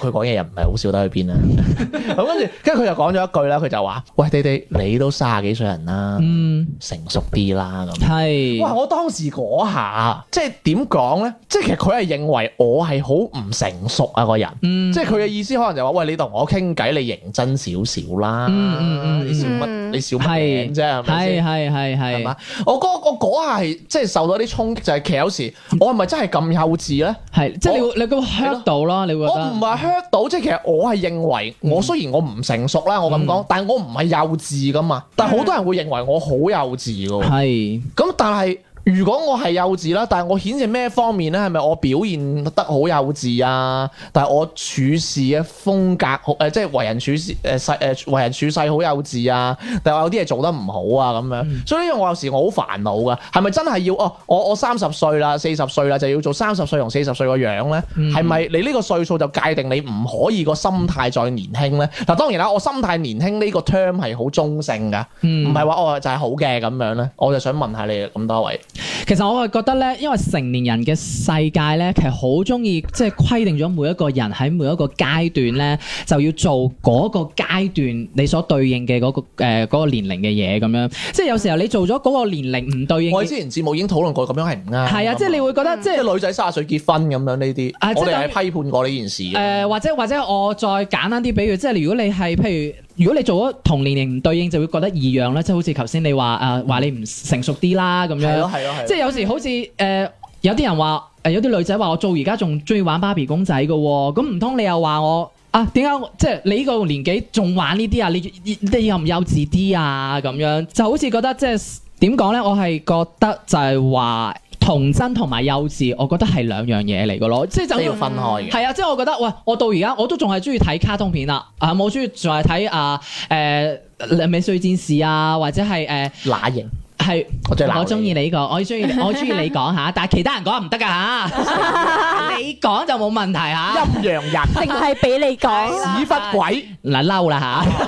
Speaker 1: 啲都係。佢講嘢又唔係好笑得去邊 啦。咁跟住，跟住佢就講咗一句啦，佢就話：，喂，弟弟，你都三十幾歲人啦，
Speaker 2: 嗯，
Speaker 1: 成熟啲啦咁。
Speaker 2: 系，
Speaker 1: 哇！我當時嗰下，即係點講咧？即係其實佢係認為我係好唔成熟啊個人。
Speaker 2: 嗯，
Speaker 1: 即係佢嘅意思，可能就話：喂，你同我傾偈，你認真少少啦。
Speaker 2: 嗯嗯嗯
Speaker 1: 你笑乜？
Speaker 3: 嗯
Speaker 1: 你笑乜
Speaker 2: 係
Speaker 1: 嘢啫？係咪
Speaker 2: 系
Speaker 1: 先？
Speaker 2: 系
Speaker 1: 係
Speaker 2: 系
Speaker 1: 嘛？我嗰我嗰下係即係受到一啲衝擊，就係其實有時我係咪真係咁幼稚咧？
Speaker 2: 系，系，即系你會你会 hurt 到咯，你会覺
Speaker 1: 我唔
Speaker 2: 得，
Speaker 1: 係嗯 hurt 到，即係其實我係認為我雖然我唔成熟啦，我咁講，但係我唔係幼稚噶嘛。但係好多人會認為我好幼稚噶喎。
Speaker 2: 系，
Speaker 1: 咁但係如果我係幼稚啦，但係我顯示咩方面咧？係咪我表現得好幼稚啊？但係我處事嘅風格好誒、呃即係為人處事誒世呃誒為人處世好幼稚啊？但係我有啲嘢做得唔好啊咁樣，所以呢樣我有時我好煩惱噶，係咪真係要哦？我我三十歲啦，四十歲啦，就要做三十歲同四十歲個樣咧？係咪、你呢個歲數就界定你唔可以個心態再年輕咧？嗱，當然啦，我心態年輕呢個 term 係好中性噶。
Speaker 2: 嗯，
Speaker 1: 唔係話哦我就係好嘅咁樣咧，我就想問下你哋咁多位，
Speaker 2: 其實我係覺得咧，因為成年人嘅世界咧，其實好中意即係規定咗每一個人喺每一個階段咧，就要做嗰個階段你所對應嘅嗰、個誒嗰、個年齡嘅嘢咁樣。即係有時候你做咗嗰個年齡唔對應
Speaker 1: 我哋
Speaker 2: 嘅，
Speaker 1: 之前節目已經討論過，咁樣係唔啱。
Speaker 2: 係啊，即係你會覺得即
Speaker 1: 即
Speaker 2: 係。
Speaker 1: 係女仔卅歲結婚咁樣呢啲
Speaker 2: 啊，即係
Speaker 1: 我哋係批判過呢件事
Speaker 2: 誒、
Speaker 1: 嘅。
Speaker 2: 或者或者我再簡單啲比喻，即係如果你係譬如，如果你做咗同年齡唔對應，就會覺得異樣啦，即係好似頭先你話誒話你唔成熟啲啦咁
Speaker 1: 係咯
Speaker 2: 樣，
Speaker 1: 係咯係咯。
Speaker 2: 即係有時好似誒、有啲人話誒、有啲女仔話我做而家仲中意玩芭比公仔嘅喎、咁唔通你又話我？啊，點解我即係你呢個年紀仲玩呢啲啊？你你你又唔幼稚啲啊？咁樣就好似覺得即係點講呢？我係覺得就係話童真同埋幼稚，我覺得係兩樣嘢嚟嘅咯。即係就好似
Speaker 1: 即係要分開嘅。
Speaker 2: 係啊，即係我覺得，喂，我到而家我都仲係中意睇卡通片啊，啊，我中意仲係睇啊，誒、美少女戰士啊，或者係誒
Speaker 1: 乸型，
Speaker 2: 係，
Speaker 1: 我最乸型
Speaker 2: 我中意你呢個，我中 意你我中意你講下，但係其他人講唔得㗎嚇， 你講就冇問題嚇，哎
Speaker 1: 陰陽人，
Speaker 3: 定係俾你講。
Speaker 1: 屎忽鬼，
Speaker 2: 嗱嬲啦嚇。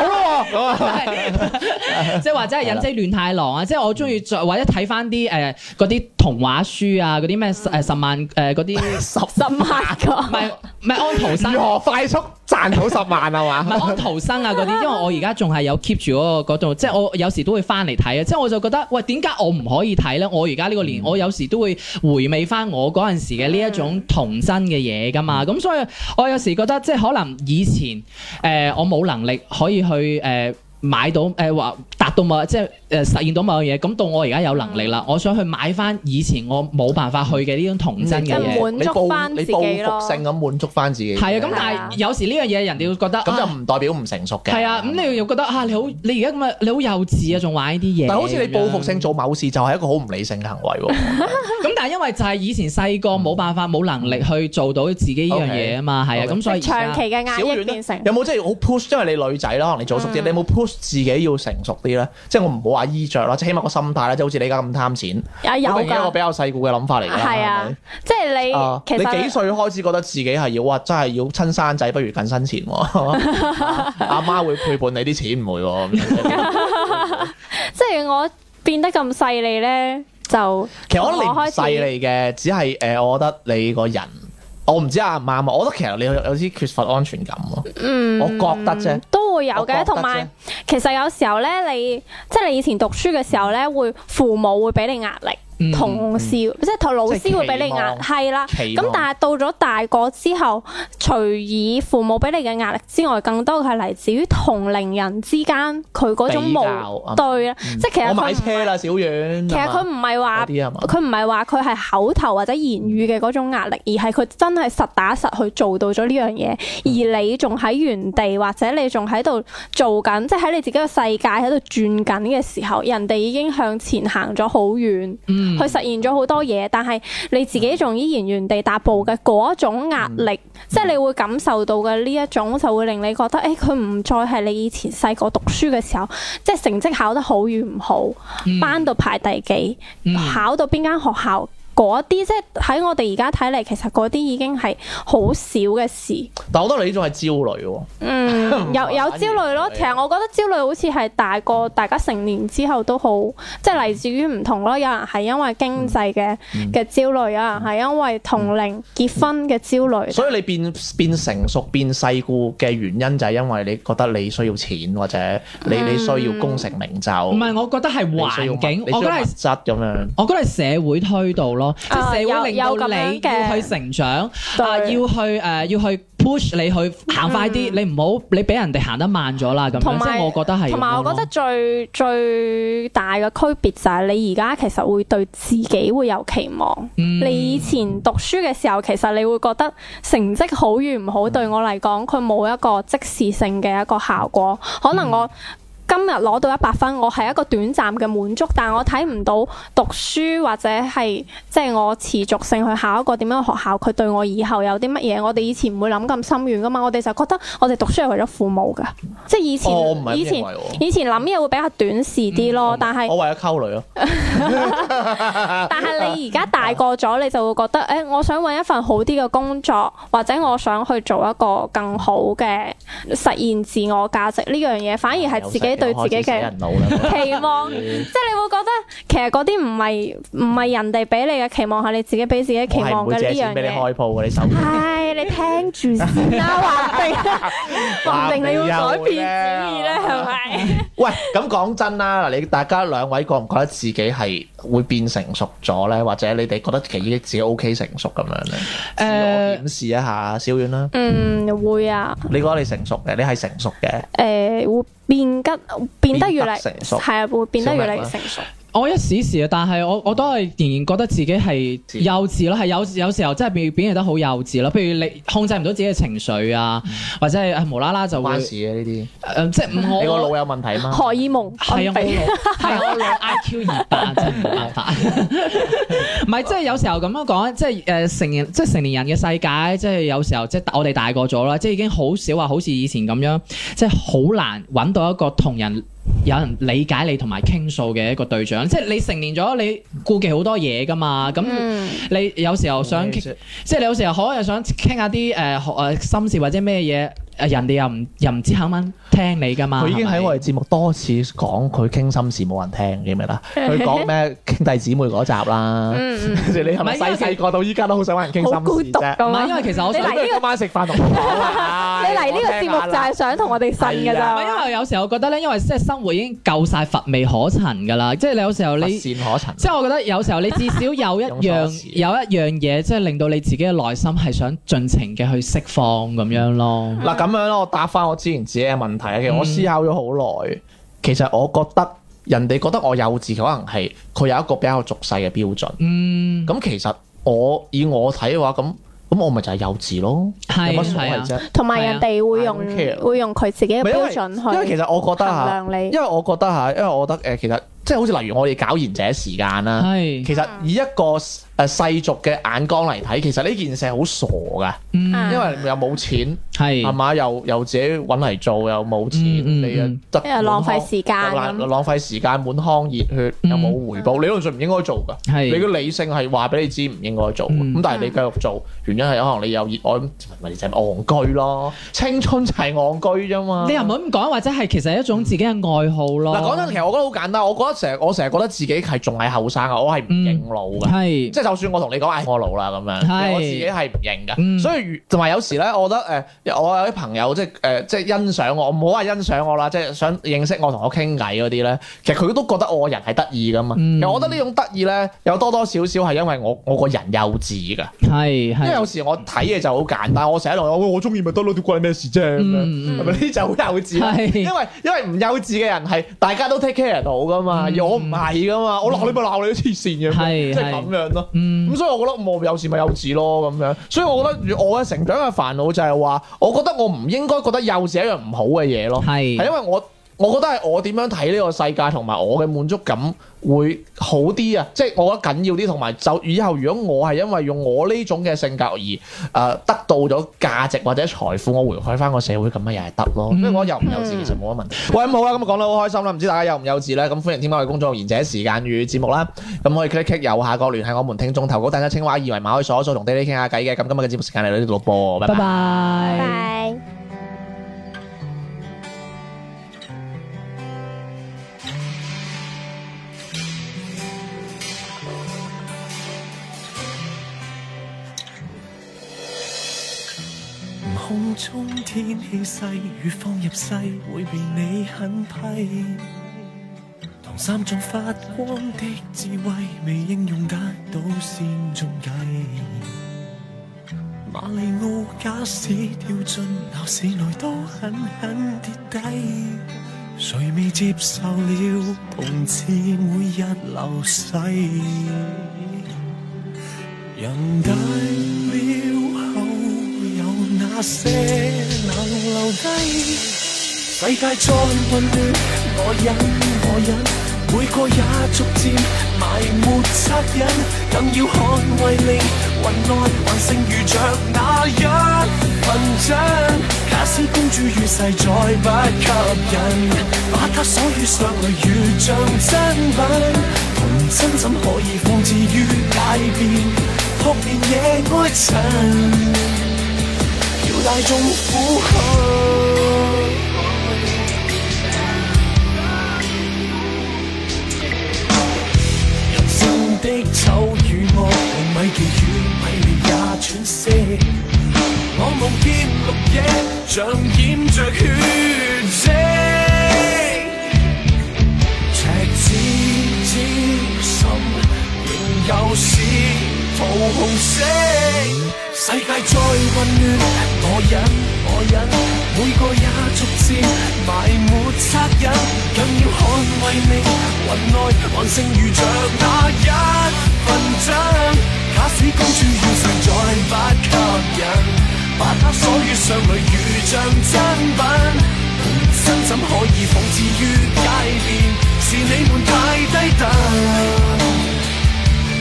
Speaker 1: 好咯喎咁啊。
Speaker 2: 即係或者係忍者亂太郎啊！即係我中意再或者睇翻啲誒嗰啲童話書啊，嗰啲咩誒十萬誒嗰啲十
Speaker 3: 十萬 個
Speaker 2: 唔係唔係安徒生
Speaker 1: 如何快速賺到十萬啊
Speaker 2: 唔
Speaker 1: 嘛？
Speaker 2: 係安徒生啊嗰啲，因為我而家仲係有 keep 住嗰個嗰度，即係我有時都會翻嚟睇啊。即係我就覺得，喂，點解我唔可以睇呢？我而家呢個
Speaker 1: 嗯
Speaker 2: 年，我有時都會回味翻我嗰陣時嘅呢一種童真嘅嘢噶
Speaker 1: 嗯
Speaker 2: 嘛。咁所以我有時覺得，即係可能以前誒、呃我冇能力可以去誒。呃買到誒話、達到某即係誒、呃、實現到某樣嘢，咁到我而家有能力啦，
Speaker 1: 嗯
Speaker 2: 我想去買翻以前我冇辦法去嘅呢種童真嘅嘢，
Speaker 3: 滿足返
Speaker 1: 你
Speaker 3: 自己
Speaker 1: 報
Speaker 3: 咯
Speaker 1: 你報復性咁滿足翻自己。
Speaker 2: 係啊，
Speaker 3: 係
Speaker 2: 咁
Speaker 3: 啊
Speaker 2: 但係有時呢樣嘢人哋會覺得
Speaker 1: 咁就
Speaker 2: 啊
Speaker 1: 唔代表唔成熟嘅。
Speaker 2: 係啊，咁你又覺得啊，你好，你而家咁啊，你好幼稚啊，仲玩呢啲嘢。
Speaker 1: 但好似
Speaker 3: 啊
Speaker 1: 你報復
Speaker 2: 咁樣
Speaker 1: 性做某事，就係一個好唔理性嘅行為喎。
Speaker 2: 咁，但係因為就係以前細個冇辦法、冇能力去做到自己呢樣嘢啊嘛，係啊，
Speaker 1: OK
Speaker 2: 咁所以而家
Speaker 3: 長期嘅壓
Speaker 1: 哎小
Speaker 3: 抑
Speaker 1: 遠
Speaker 3: 變成嗯
Speaker 1: 有冇即係好 push？因為你女仔啦，可能你早熟啲，你有冇 push 自己要成熟啲咧？即係我唔好話衣着啦，即係起碼個心態咧，即係好似你而家咁貪錢，
Speaker 3: 啊有
Speaker 1: 好明顯一個
Speaker 3: 㗎
Speaker 1: 比，較細故嘅諗法嚟㗎啦。
Speaker 3: 係
Speaker 1: 係
Speaker 3: 啊
Speaker 1: 咪，
Speaker 3: 即係你
Speaker 1: 啊！你
Speaker 3: 其
Speaker 1: 幾
Speaker 3: 實
Speaker 1: 歲開始覺得自己係要哇？真係要親生仔不如近身錢喎， 啊阿媽會陪伴你啲錢唔會喎。咁樣
Speaker 3: 即係我變得咁細膩咧，就
Speaker 1: 其實我覺得你唔
Speaker 3: 開始
Speaker 1: 細嚟嘅，只係誒，我覺得你個人，我唔知啱唔啱啊。我覺得其實你有有啲缺乏安全感咯，
Speaker 3: 嗯
Speaker 1: 我覺得啫。
Speaker 3: 都會有
Speaker 1: 我覺得
Speaker 3: 嘅，
Speaker 1: 啫
Speaker 3: 同埋其實有時候咧，你即係你以前讀書嘅時候咧，會父母會俾你壓力，
Speaker 2: 嗯
Speaker 3: 同事即係同老
Speaker 1: 即係
Speaker 3: 師會俾
Speaker 1: 期
Speaker 3: 你壓，
Speaker 1: 望
Speaker 3: 係啦。
Speaker 1: 期
Speaker 3: 咁
Speaker 1: 望
Speaker 3: 但係到咗大個之後，除以父母俾你嘅壓力之外，更多嘅係嚟自於同齡人之間佢嗰種
Speaker 1: 比較
Speaker 3: 無
Speaker 1: 啱
Speaker 3: 對啦，即係其實
Speaker 1: 我
Speaker 3: 佢
Speaker 1: 買
Speaker 3: 唔係
Speaker 1: 車啊啦，小遠。
Speaker 3: 其實佢
Speaker 1: 係
Speaker 3: 唔係
Speaker 1: 嘛嗰
Speaker 3: 話
Speaker 1: 啲啊係嘛？
Speaker 3: 佢唔係話佢係口頭或者言語嘅嗰種壓力，而係佢真係實打實去做到咗呢樣嘢，而你仲喺原地或者你仲喺度做緊，即係喺你自己嘅世界喺度轉緊嘅時候，人哋已經向前行咗好遠，
Speaker 2: 嗯
Speaker 3: 去實現咗好多嘢，但係你自己仲依然原地踏步嘅嗰種壓力，
Speaker 2: 嗯
Speaker 3: 即係你會感受到嘅呢一種，就會令你覺得，誒佢唔再係你以前細個讀書嘅時候，即係成績考得好與唔好，班度排第幾。
Speaker 2: 嗯
Speaker 3: 考到邊間學校。嗰啲即係喺我哋而家睇嚟，其實嗰啲已經係好少嘅事。
Speaker 1: 但我覺得你呢種係焦慮喎。
Speaker 3: 嗯，有有焦慮咯。其實我覺得焦慮好似係大個大家成年之後都好，即係嚟自於唔同咯。有人係因為經濟嘅
Speaker 2: 嗯
Speaker 3: 嘅焦慮，有人係因為同齡結婚嘅焦
Speaker 2: 嗯
Speaker 3: 慮。
Speaker 1: 所以你變變成熟、變世故嘅原因就係因為你覺得你需要錢，或者你
Speaker 3: 嗯
Speaker 1: 你需要功成名就。
Speaker 2: 唔係，我覺得係
Speaker 1: 你需要物
Speaker 2: 環境，
Speaker 1: 你
Speaker 2: 我覺
Speaker 1: 需
Speaker 2: 得
Speaker 1: 要物
Speaker 2: 係。
Speaker 1: 質咁樣。
Speaker 2: 我覺得係社會推到咯，即
Speaker 3: 啊
Speaker 2: 係社會
Speaker 3: 有有
Speaker 2: 令到
Speaker 3: 咁樣
Speaker 2: 你
Speaker 3: 嘅
Speaker 2: 要去成長，
Speaker 3: 對嗯
Speaker 2: 啊要去誒、呃要去 push 你去行快啲，你唔好你俾人哋行得慢咗啦咁
Speaker 3: 同
Speaker 2: 樣，即
Speaker 3: 埋
Speaker 2: 係我覺得係咁樣咯。
Speaker 3: 同埋，我覺得最最大嘅區別就係你而家其實會對自己會有期望。
Speaker 2: 嗯
Speaker 3: 你以前讀書嘅時候，其實你會覺得成績好與唔
Speaker 2: 嗯
Speaker 3: 好對我嚟講，佢冇一個即時性嘅一個效果。可能我今日攞到一百分，我係一個短暫嘅滿足，但我睇唔到讀書或者係即係我持續性去考一個點樣嘅學校，佢對我以後有啲乜嘢？我哋以前唔會諗咁深遠噶嘛，我哋就覺得我哋讀書係為咗父母噶，即係以前、
Speaker 1: 哦我唔係咁嗯
Speaker 3: 以前
Speaker 1: 認為喎
Speaker 3: 以前諗嘢會比較短視啲咯，但係
Speaker 1: 我為咗溝女咯，
Speaker 3: 但
Speaker 1: 哦
Speaker 3: 係你而家大個咗，你就會覺得，誒、我想揾一份好啲嘅工作，或者我想去做一個更好嘅實現自我價值呢樣嘢，反而係自己對自己
Speaker 1: 啊有時又開始死
Speaker 3: 嘅
Speaker 1: 人 腦啦。
Speaker 3: 期望，即係你會覺得其實嗰啲唔係唔係人哋俾你嘅期望，係你自己俾自己期
Speaker 1: 我係
Speaker 3: 望
Speaker 1: 唔
Speaker 3: 嘅
Speaker 1: 會
Speaker 3: 呢
Speaker 1: 借
Speaker 3: 樣
Speaker 1: 錢俾你
Speaker 3: 嘢。
Speaker 1: 開鋪嘅，你手
Speaker 3: 唉，你聽住先 啦，話唔定，話唔定你會改變主意咧，係咪？
Speaker 1: 喂，咁講真啦，嗱，你大家兩位覺唔覺得自己係會變成熟咗咧？或者你哋覺得其實自己 OK 成熟咁樣咧？自
Speaker 2: 呃
Speaker 1: 我檢視一下，小遠啦，
Speaker 3: 嗯，會啊。
Speaker 1: 你覺得你成熟嘅，你係成熟嘅，
Speaker 3: 誒、會變得變得越嚟
Speaker 1: 變得成熟
Speaker 3: 係啊，會變得越嚟
Speaker 1: 小明
Speaker 3: 越
Speaker 1: 啊
Speaker 3: 成熟。
Speaker 2: 我一時時啊，但係
Speaker 1: 嗯
Speaker 2: 我我都係仍然覺得自己係幼稚咯，係有有時候真係表表現得好幼稚咯。譬如你控制唔到自己嘅情緒啊，或者係啊無啦啦就會
Speaker 1: 嗯關事嘅呢啲。
Speaker 2: 呃即係唔
Speaker 1: 你個
Speaker 2: 我
Speaker 1: 腦有問題嘛？
Speaker 3: 荷爾蒙
Speaker 2: 係啊，我
Speaker 3: 分泌
Speaker 2: 老係 啊，我老 I Q 二百啊真係冇辦法。唔 係，即係有時候咁樣講，即係誒成年，即係成年人嘅世界，即係有時候即係我哋大個咗啦，即係已經好少話好似以前咁樣，即係好難揾到一個同人。有人理解你同埋傾訴嘅一個對象，即係你成年咗，你顧忌好多嘢噶嘛，咁嗯你有時候想傾即係你有時候可能想傾下啲誒學誒心事或者咩嘢，誒人哋又唔又唔知肯唔肯聽你噶嘛。
Speaker 1: 佢已經
Speaker 2: 係咪
Speaker 1: 喺我哋節目多次講佢傾心事冇人聽，記唔記得？佢講咩兄弟姊妹嗰集啦，即 係你係
Speaker 2: 唔係
Speaker 1: 咪
Speaker 2: 因為
Speaker 1: 細細個到依家都好想揾人傾
Speaker 3: 好孤
Speaker 1: 心事
Speaker 3: 獨
Speaker 1: 啫？
Speaker 3: 咁
Speaker 2: 唔
Speaker 3: 啊
Speaker 2: 係，因為其實我
Speaker 3: 你
Speaker 2: 想
Speaker 3: 嚟
Speaker 1: 不如今
Speaker 3: 呢
Speaker 1: 晚食飯同我講
Speaker 3: 個
Speaker 1: 啦。
Speaker 3: 你嚟呢個節目就係想同我哋呻㗎
Speaker 2: 唔
Speaker 1: 係
Speaker 2: 係，因
Speaker 3: 咋？啊
Speaker 2: 為有時候我覺得咧，因為即係生活已經夠晒乏味可陳㗎啦，即係你有時候你，
Speaker 1: 你善可陳。
Speaker 2: 即係我覺得有時候你至少有一
Speaker 1: 用鎖
Speaker 2: 樣
Speaker 1: 匙
Speaker 2: 有一樣嘢，即係令到你自己嘅內心係想盡情嘅去釋放咁樣咯。
Speaker 1: 嗱咁樣啦，我答翻我之前自己嘅問題啊。其實我思考咗好耐，其實我覺得人哋覺得我幼稚，可能係佢有一個比較俗世嘅標準。
Speaker 2: 嗯，
Speaker 1: 咁其實我以我睇嘅話，咁咁我咪就係幼稚咯，
Speaker 2: 係
Speaker 1: 有乜所
Speaker 2: 係
Speaker 1: 謂
Speaker 2: 啊
Speaker 1: 啫？
Speaker 3: 同埋人哋會用
Speaker 1: I don't care
Speaker 3: 會用佢自己嘅
Speaker 1: 唔係因
Speaker 3: 啊標
Speaker 1: 為
Speaker 3: 準
Speaker 1: 因為其
Speaker 3: 去
Speaker 1: 實我覺得
Speaker 3: 衡
Speaker 1: 嚇，
Speaker 3: 量你
Speaker 1: 因。為我覺得啊嚇，因為我覺得誒，呃其實即係好似例如我哋搞賢者時間啦，
Speaker 2: 係，
Speaker 1: 其實以一個誒呃世俗嘅眼光嚟睇，其實呢件事係好傻噶，
Speaker 2: 嗯
Speaker 1: 因為又冇錢係
Speaker 2: 係，
Speaker 1: 嘛，又又自己揾嚟做，又冇錢，
Speaker 2: 嗯嗯
Speaker 1: 你又
Speaker 2: 嗯
Speaker 1: 得
Speaker 3: 因為浪費時間
Speaker 1: 滿腔
Speaker 3: 咁
Speaker 1: 又浪費時間，滿腔熱血
Speaker 2: 嗯
Speaker 1: 又冇回報，理論上唔應該做噶。你
Speaker 2: 係
Speaker 1: 嘅理性係話俾你知唔應該做，
Speaker 2: 嗯
Speaker 1: 咁但係你繼續做，原因係可能你有熱愛，咁咪就係戇居咯。青春就係戇居啫嘛。
Speaker 2: 你又唔好咁講，或者係其實係一種自己嘅愛好咯。
Speaker 1: 嗱，講真，其實我覺得好簡單。我覺得成日，我成日覺得自己係仲係後生啊，我係唔
Speaker 2: 嗯
Speaker 1: 認老嘅。
Speaker 2: 係，
Speaker 1: 即係就算我同你講，唉，我老啦咁樣，其實我自己係唔認
Speaker 2: 嗯
Speaker 1: 嘅。所以如同埋有時咧，我覺得誒，我有啲朋友即係誒，即係欣賞我，唔好話欣賞我啦，即係想認識我同我傾偈嗰啲咧，其實佢都覺得我個人係得意噶嘛。
Speaker 2: 嗯
Speaker 1: 其實我覺得呢種得意咧，有多多少少係因為我我個人幼稚㗎。
Speaker 2: 係
Speaker 1: 因為有
Speaker 2: 係，
Speaker 1: 時我睇嘢就好簡單，我成日同我喂我中意咪得咯，都關你咩事啫咁樣。
Speaker 2: 嗯
Speaker 1: 係咪呢啲就好幼稚啊？
Speaker 2: 係
Speaker 1: 因為因為唔幼稚嘅人係大家都 take care 到噶嘛，而我唔係噶嘛，我鬧你咪鬧你都黐線嘅，
Speaker 2: 係
Speaker 1: 即嗯係
Speaker 2: 係
Speaker 1: 咁樣咯。
Speaker 2: 嗯
Speaker 1: 咁所以我覺得我有時咪幼稚咯咁樣，所以我覺得我嘅成長嘅煩惱就係話，我覺得我唔應該覺得幼稚係一樣唔好嘅嘢咯，係
Speaker 2: 係
Speaker 1: 因為我我覺得係我點樣睇呢個世界同埋我嘅滿足感會好啲啊！即係我覺得緊要啲，同埋就以後如果我係因為用我呢種嘅性格而誒、呃得到咗價值或者財富，我回饋翻個社會咁樣又係得咯。所以我幼唔幼稚其實冇乜問題。嗯喂，咁好啦，咁講得好開心啦，唔知大家幼唔幼稚咧？咁歡迎添加我哋公眾號《賢者時間與節目》啦。咁可以 click click 右下角聯繫我們聽眾投稿，大家青蛙二維碼可以掃一掃，同爹哋傾下偈嘅。咁今日嘅節目時間嚟到呢度噃，拜拜
Speaker 2: 拜。拜。
Speaker 3: 拜。
Speaker 4: 空中天氣細，雨放入世，會被你狠批。同三種發光的智慧，未應用得到先中計。馬里奧假使跳進鬧市內，都狠狠跌低。誰未接受了同志每日流逝？人大了後有那些能留低？世界再混亂，我忍我忍，每個也逐漸埋沒惻隱，更要捍衛你，雲內還剩餘着那一份真。假使公主與世再不吸引，把她鎖於箱裏如像真品。童真怎可以放置於街邊，撲面野外塵，要大眾苦恨。人生的醜與惡，令米奇與米莉也喘息。我夢見綠野，像染着血跡。赤子之心，仍有是桃紅色。世界再混亂，我忍我忍，每個也逐漸埋沒惻隱，更要捍衛你。雲內還剩餘着那一份真，假使公主要世再不吸引。把他所遇上女如像真品，身怎可以仿置於街邊？是你們太低等，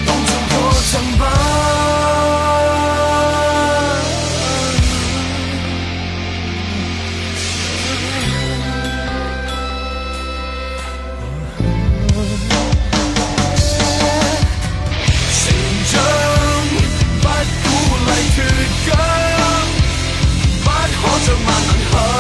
Speaker 4: 當作個贈品。成長不鼓勵脱韁，不可像萬能去